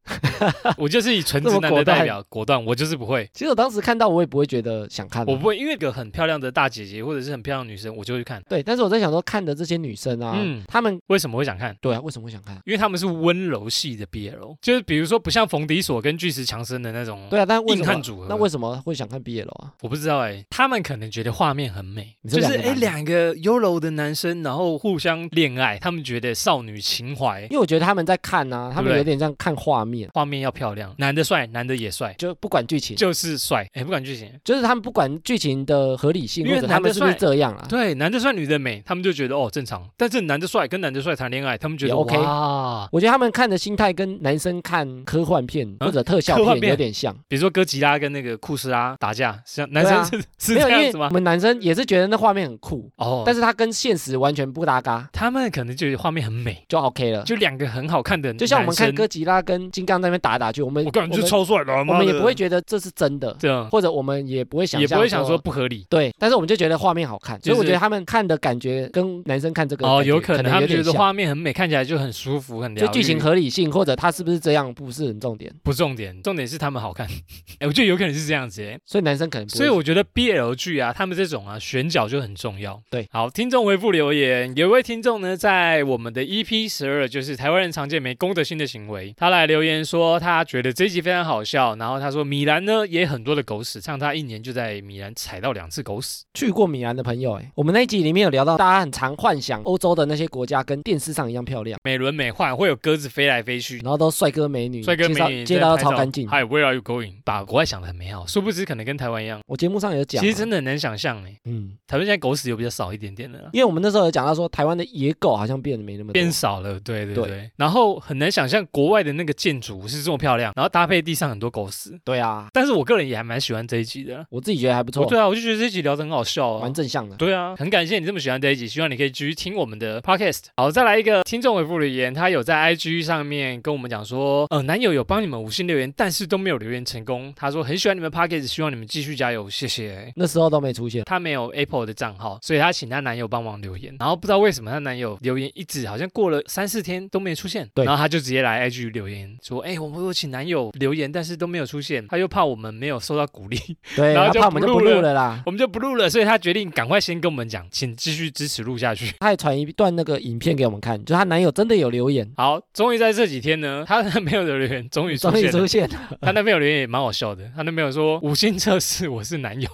S1: 我就是以纯
S2: 这么
S1: 直男的
S2: 果断
S1: 代表果断，我就是不会，
S2: 其实我当时看到，我也不会觉得想看啊、
S1: 我不会，因为一个很漂亮的大姐姐或者是很漂亮的女生，我就会看。
S2: 对，但是我在想说，看的这些女生啊，
S1: 嗯
S2: 她们
S1: 为什么会想看？
S2: 对啊，为什么会想看？
S1: 因为他们是温柔系的 BL，就是比如说不像冯迪索跟巨石强森的那种，
S2: 对啊，但为什
S1: 哦硬汉
S2: 么？
S1: 组合。
S2: 那为什么会想看 BL 啊？
S1: 我不知道哎、他们可能觉得画面很美，
S2: 你说
S1: 就是
S2: 两个
S1: 哎
S2: 男的
S1: 两个优柔的男生，然后互相恋爱，他们觉得少女情怀，
S2: 因为我觉得他们在看啊，他
S1: 对不
S2: 们
S1: 对
S2: 有点像看画面，
S1: 画面要漂亮，男的帅，男的也帅，
S2: 就不管剧情，
S1: 就是帅，哎不管剧情，
S2: 就是他们不管剧情的合理性，
S1: 因为
S2: 或者他们是不是
S1: 男的
S2: 这样啊？
S1: 对，男的帅，女的美，他们就觉得哦正常。但是男的帅跟男的帅谈恋爱，他们觉
S2: 也
S1: 得
S2: OK
S1: 哇，
S2: 我觉得他们看的心态跟男生看科幻片
S1: 啊
S2: 或者特效
S1: 科幻
S2: 片
S1: 片
S2: 有点像，
S1: 比如说哥吉拉跟那个库斯拉打架，像男
S2: 对
S1: 生
S2: 啊
S1: 是、是
S2: 没有，
S1: 这
S2: 因
S1: 样
S2: 为
S1: 子
S2: 我
S1: 吗？
S2: 们男生也是觉得那画面很酷，
S1: 哦，
S2: 但
S1: 是
S2: 是它跟现实完全不搭嘎，
S1: 他们可能觉得画面很美，
S2: 就 OK 了。
S1: 就两个很好看的，
S2: 就像我们看哥，吉拉跟金刚在那边打来打去，我们
S1: 我个人就
S2: 们
S1: 是超帅的啊，
S2: 我
S1: 妈
S2: 们也
S1: 的
S2: 不会觉得这是真的，
S1: 这样，
S2: 或者我们也不会想
S1: 也不
S2: 象
S1: 会想说不合理。
S2: 对，但是我们就觉得画面好看，所以我
S1: 就是
S2: 觉得他们看的感觉跟男生看这个
S1: 哦，
S2: 感觉
S1: 有可能他
S2: 有
S1: 们
S2: 点
S1: 觉得
S2: 像，
S1: 画面很美，看起来就很舒服，很
S2: 就
S1: 疗愈
S2: 剧情合理性或者他是不是这样不是很重点，
S1: 不重点，重点是他们好看。 哎，我觉得有可能是这样子哎。
S2: 所以男生可能不会
S1: 所以我觉得 BL 剧啊，他们这种啊选角就很重要。
S2: 对，
S1: 好，听众回复留言，有一位听众呢，在我们的 EP 十二，就是台湾人常见没公德心的行为，他来留言说他觉得这一集非常好笑，然后他说米兰呢也很多的狗屎，像他一年就在米兰踩到两次狗屎。
S2: 去过米兰的朋友，哎，我们那一集里面有聊到，大家很常幻想欧洲的那些国家跟电视上一样漂亮，
S1: 美轮美奂，会有鸽子飞来飞去，
S2: 然后都帅哥美女，
S1: 帅哥
S2: 街道
S1: 美女
S2: 街道都超干净。
S1: 嗨，Where are you going？把国外想的很美好，殊不知可能跟台湾一样，
S2: 我节目上有讲啊，
S1: 其实真的很难想象哎。
S2: 嗯，
S1: 台湾现在狗屎有比较少一点点的啦。
S2: 因为我们那时候有讲到说，台湾的野狗好像变得没那么多
S1: 变少了，对对对，
S2: 嗯对
S1: 然后很难想象国外的那个建筑是这么漂亮，然后搭配地上很多狗屎。
S2: 对啊，
S1: 但是我个人也还蛮喜欢这一集的，
S2: 我自己觉得还不
S1: 我
S2: 错，
S1: 对啊，我就觉得这一集聊得很好笑啊
S2: 蛮，正向的。
S1: 对啊，很感谢你这么喜欢这一集，希望你可以继续听我们的 podcast。好，再来一个听众回复留言，他有在 IG 上面跟我们讲说，呃，男友有帮你们五星留言，但是都没有留言成功。他说很喜欢你们 podcast，希望你们继续加油，谢谢。
S2: 那时候都没出现，
S1: 她没有 Apple 的账号，所以她请她男友帮忙留言，然后不知道为什么她男友留言一直好像过了三四天都没出现，
S2: 对
S1: 然后她就直接来 IG 留言说，哎、我我请男友留言，但是都没有出现，她又怕我们没有受到鼓励，
S2: 对，
S1: 然后
S2: 他
S1: 就
S2: 怕我们
S1: 不
S2: 就不
S1: 录了
S2: 录了啦。
S1: 我们就不录了，所以她决定赶快先跟我们讲，请继续支持录下去。
S2: 他还传一段那个影片给我们看，就她男友真的有留言，
S1: 好，终于在这几天呢， 她男朋友的留言终于出
S2: 终于
S1: 现了
S2: 出。现了。
S1: 她男朋友留言也蛮好笑的，她男朋友说五星测试我是 男友，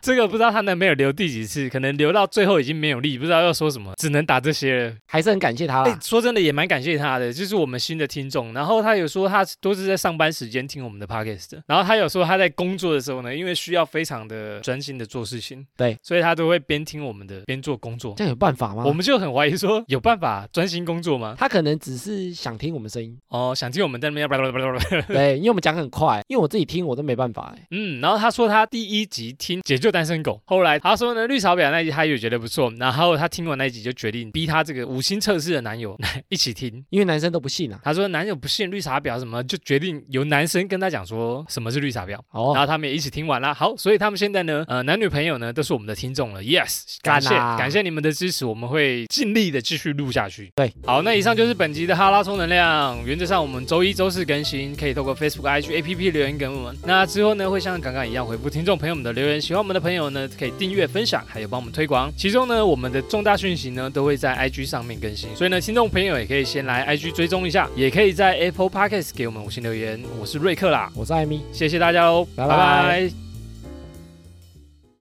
S1: 这个不知道她男朋友留第几次，可能留到最后已经没有力，不知道要说什么，只能打这些了。
S2: 还是很感谢他
S1: 哎、
S2: 啦。
S1: 说真的也蛮感谢他的，就是我们新的听众。然后他有说他都是在上班时间听我们的 podcast，的然后他有说他在工作的时候呢，因为需要非常的专心的做事情，
S2: 对，
S1: 所以他都会边听我们的边做工作。
S2: 这样有办法吗？
S1: 我们就很怀疑说有办法专心工作吗？
S2: 他可能只是想听我们声音，
S1: 哦，想听我们在那边 叭叭叭叭叭，
S2: 对，因为我们讲很快，因为我自己听我都没办法哎。
S1: 嗯，然后他说他第一集听解救单身狗，后来他说呢绿茶婊那一集他也觉得不错，然后他听完那一集就决定逼他这个五星测试的男友来一起听，
S2: 因为男生都不信啊。
S1: 他说男友不信绿茶婊什么，就决定由男生跟他讲说什么是绿茶婊。然
S2: 哦，
S1: 后他们也一起听完啦。好，所以他们现在呢，呃，男女朋友呢都是我们的听众了。Yes，感
S2: 干
S1: 谢
S2: 啦
S1: 感谢你们的支持，我们会尽力的继续录下去。
S2: 对，
S1: 好，那以上就是本集的哈拉充能量。原则上我们周一、周四更新，可以透过 Facebook、IG、APP 留言给我们。那之后呢，会像刚刚一样回复听众朋友们的留言。喜欢我们的朋友呢，可以订阅、分享，还有帮我们推广。其中呢，我们的重大讯息呢都会在 IG 上面更新，所以呢，听众朋友也可以先来 IG 追踪一下，也可以在 Apple Podcast 给我们五星留言。我是瑞克啦，
S2: 我是艾米。
S1: 谢谢大家喽，哦
S2: 拜
S1: 拜
S2: 拜
S1: 拜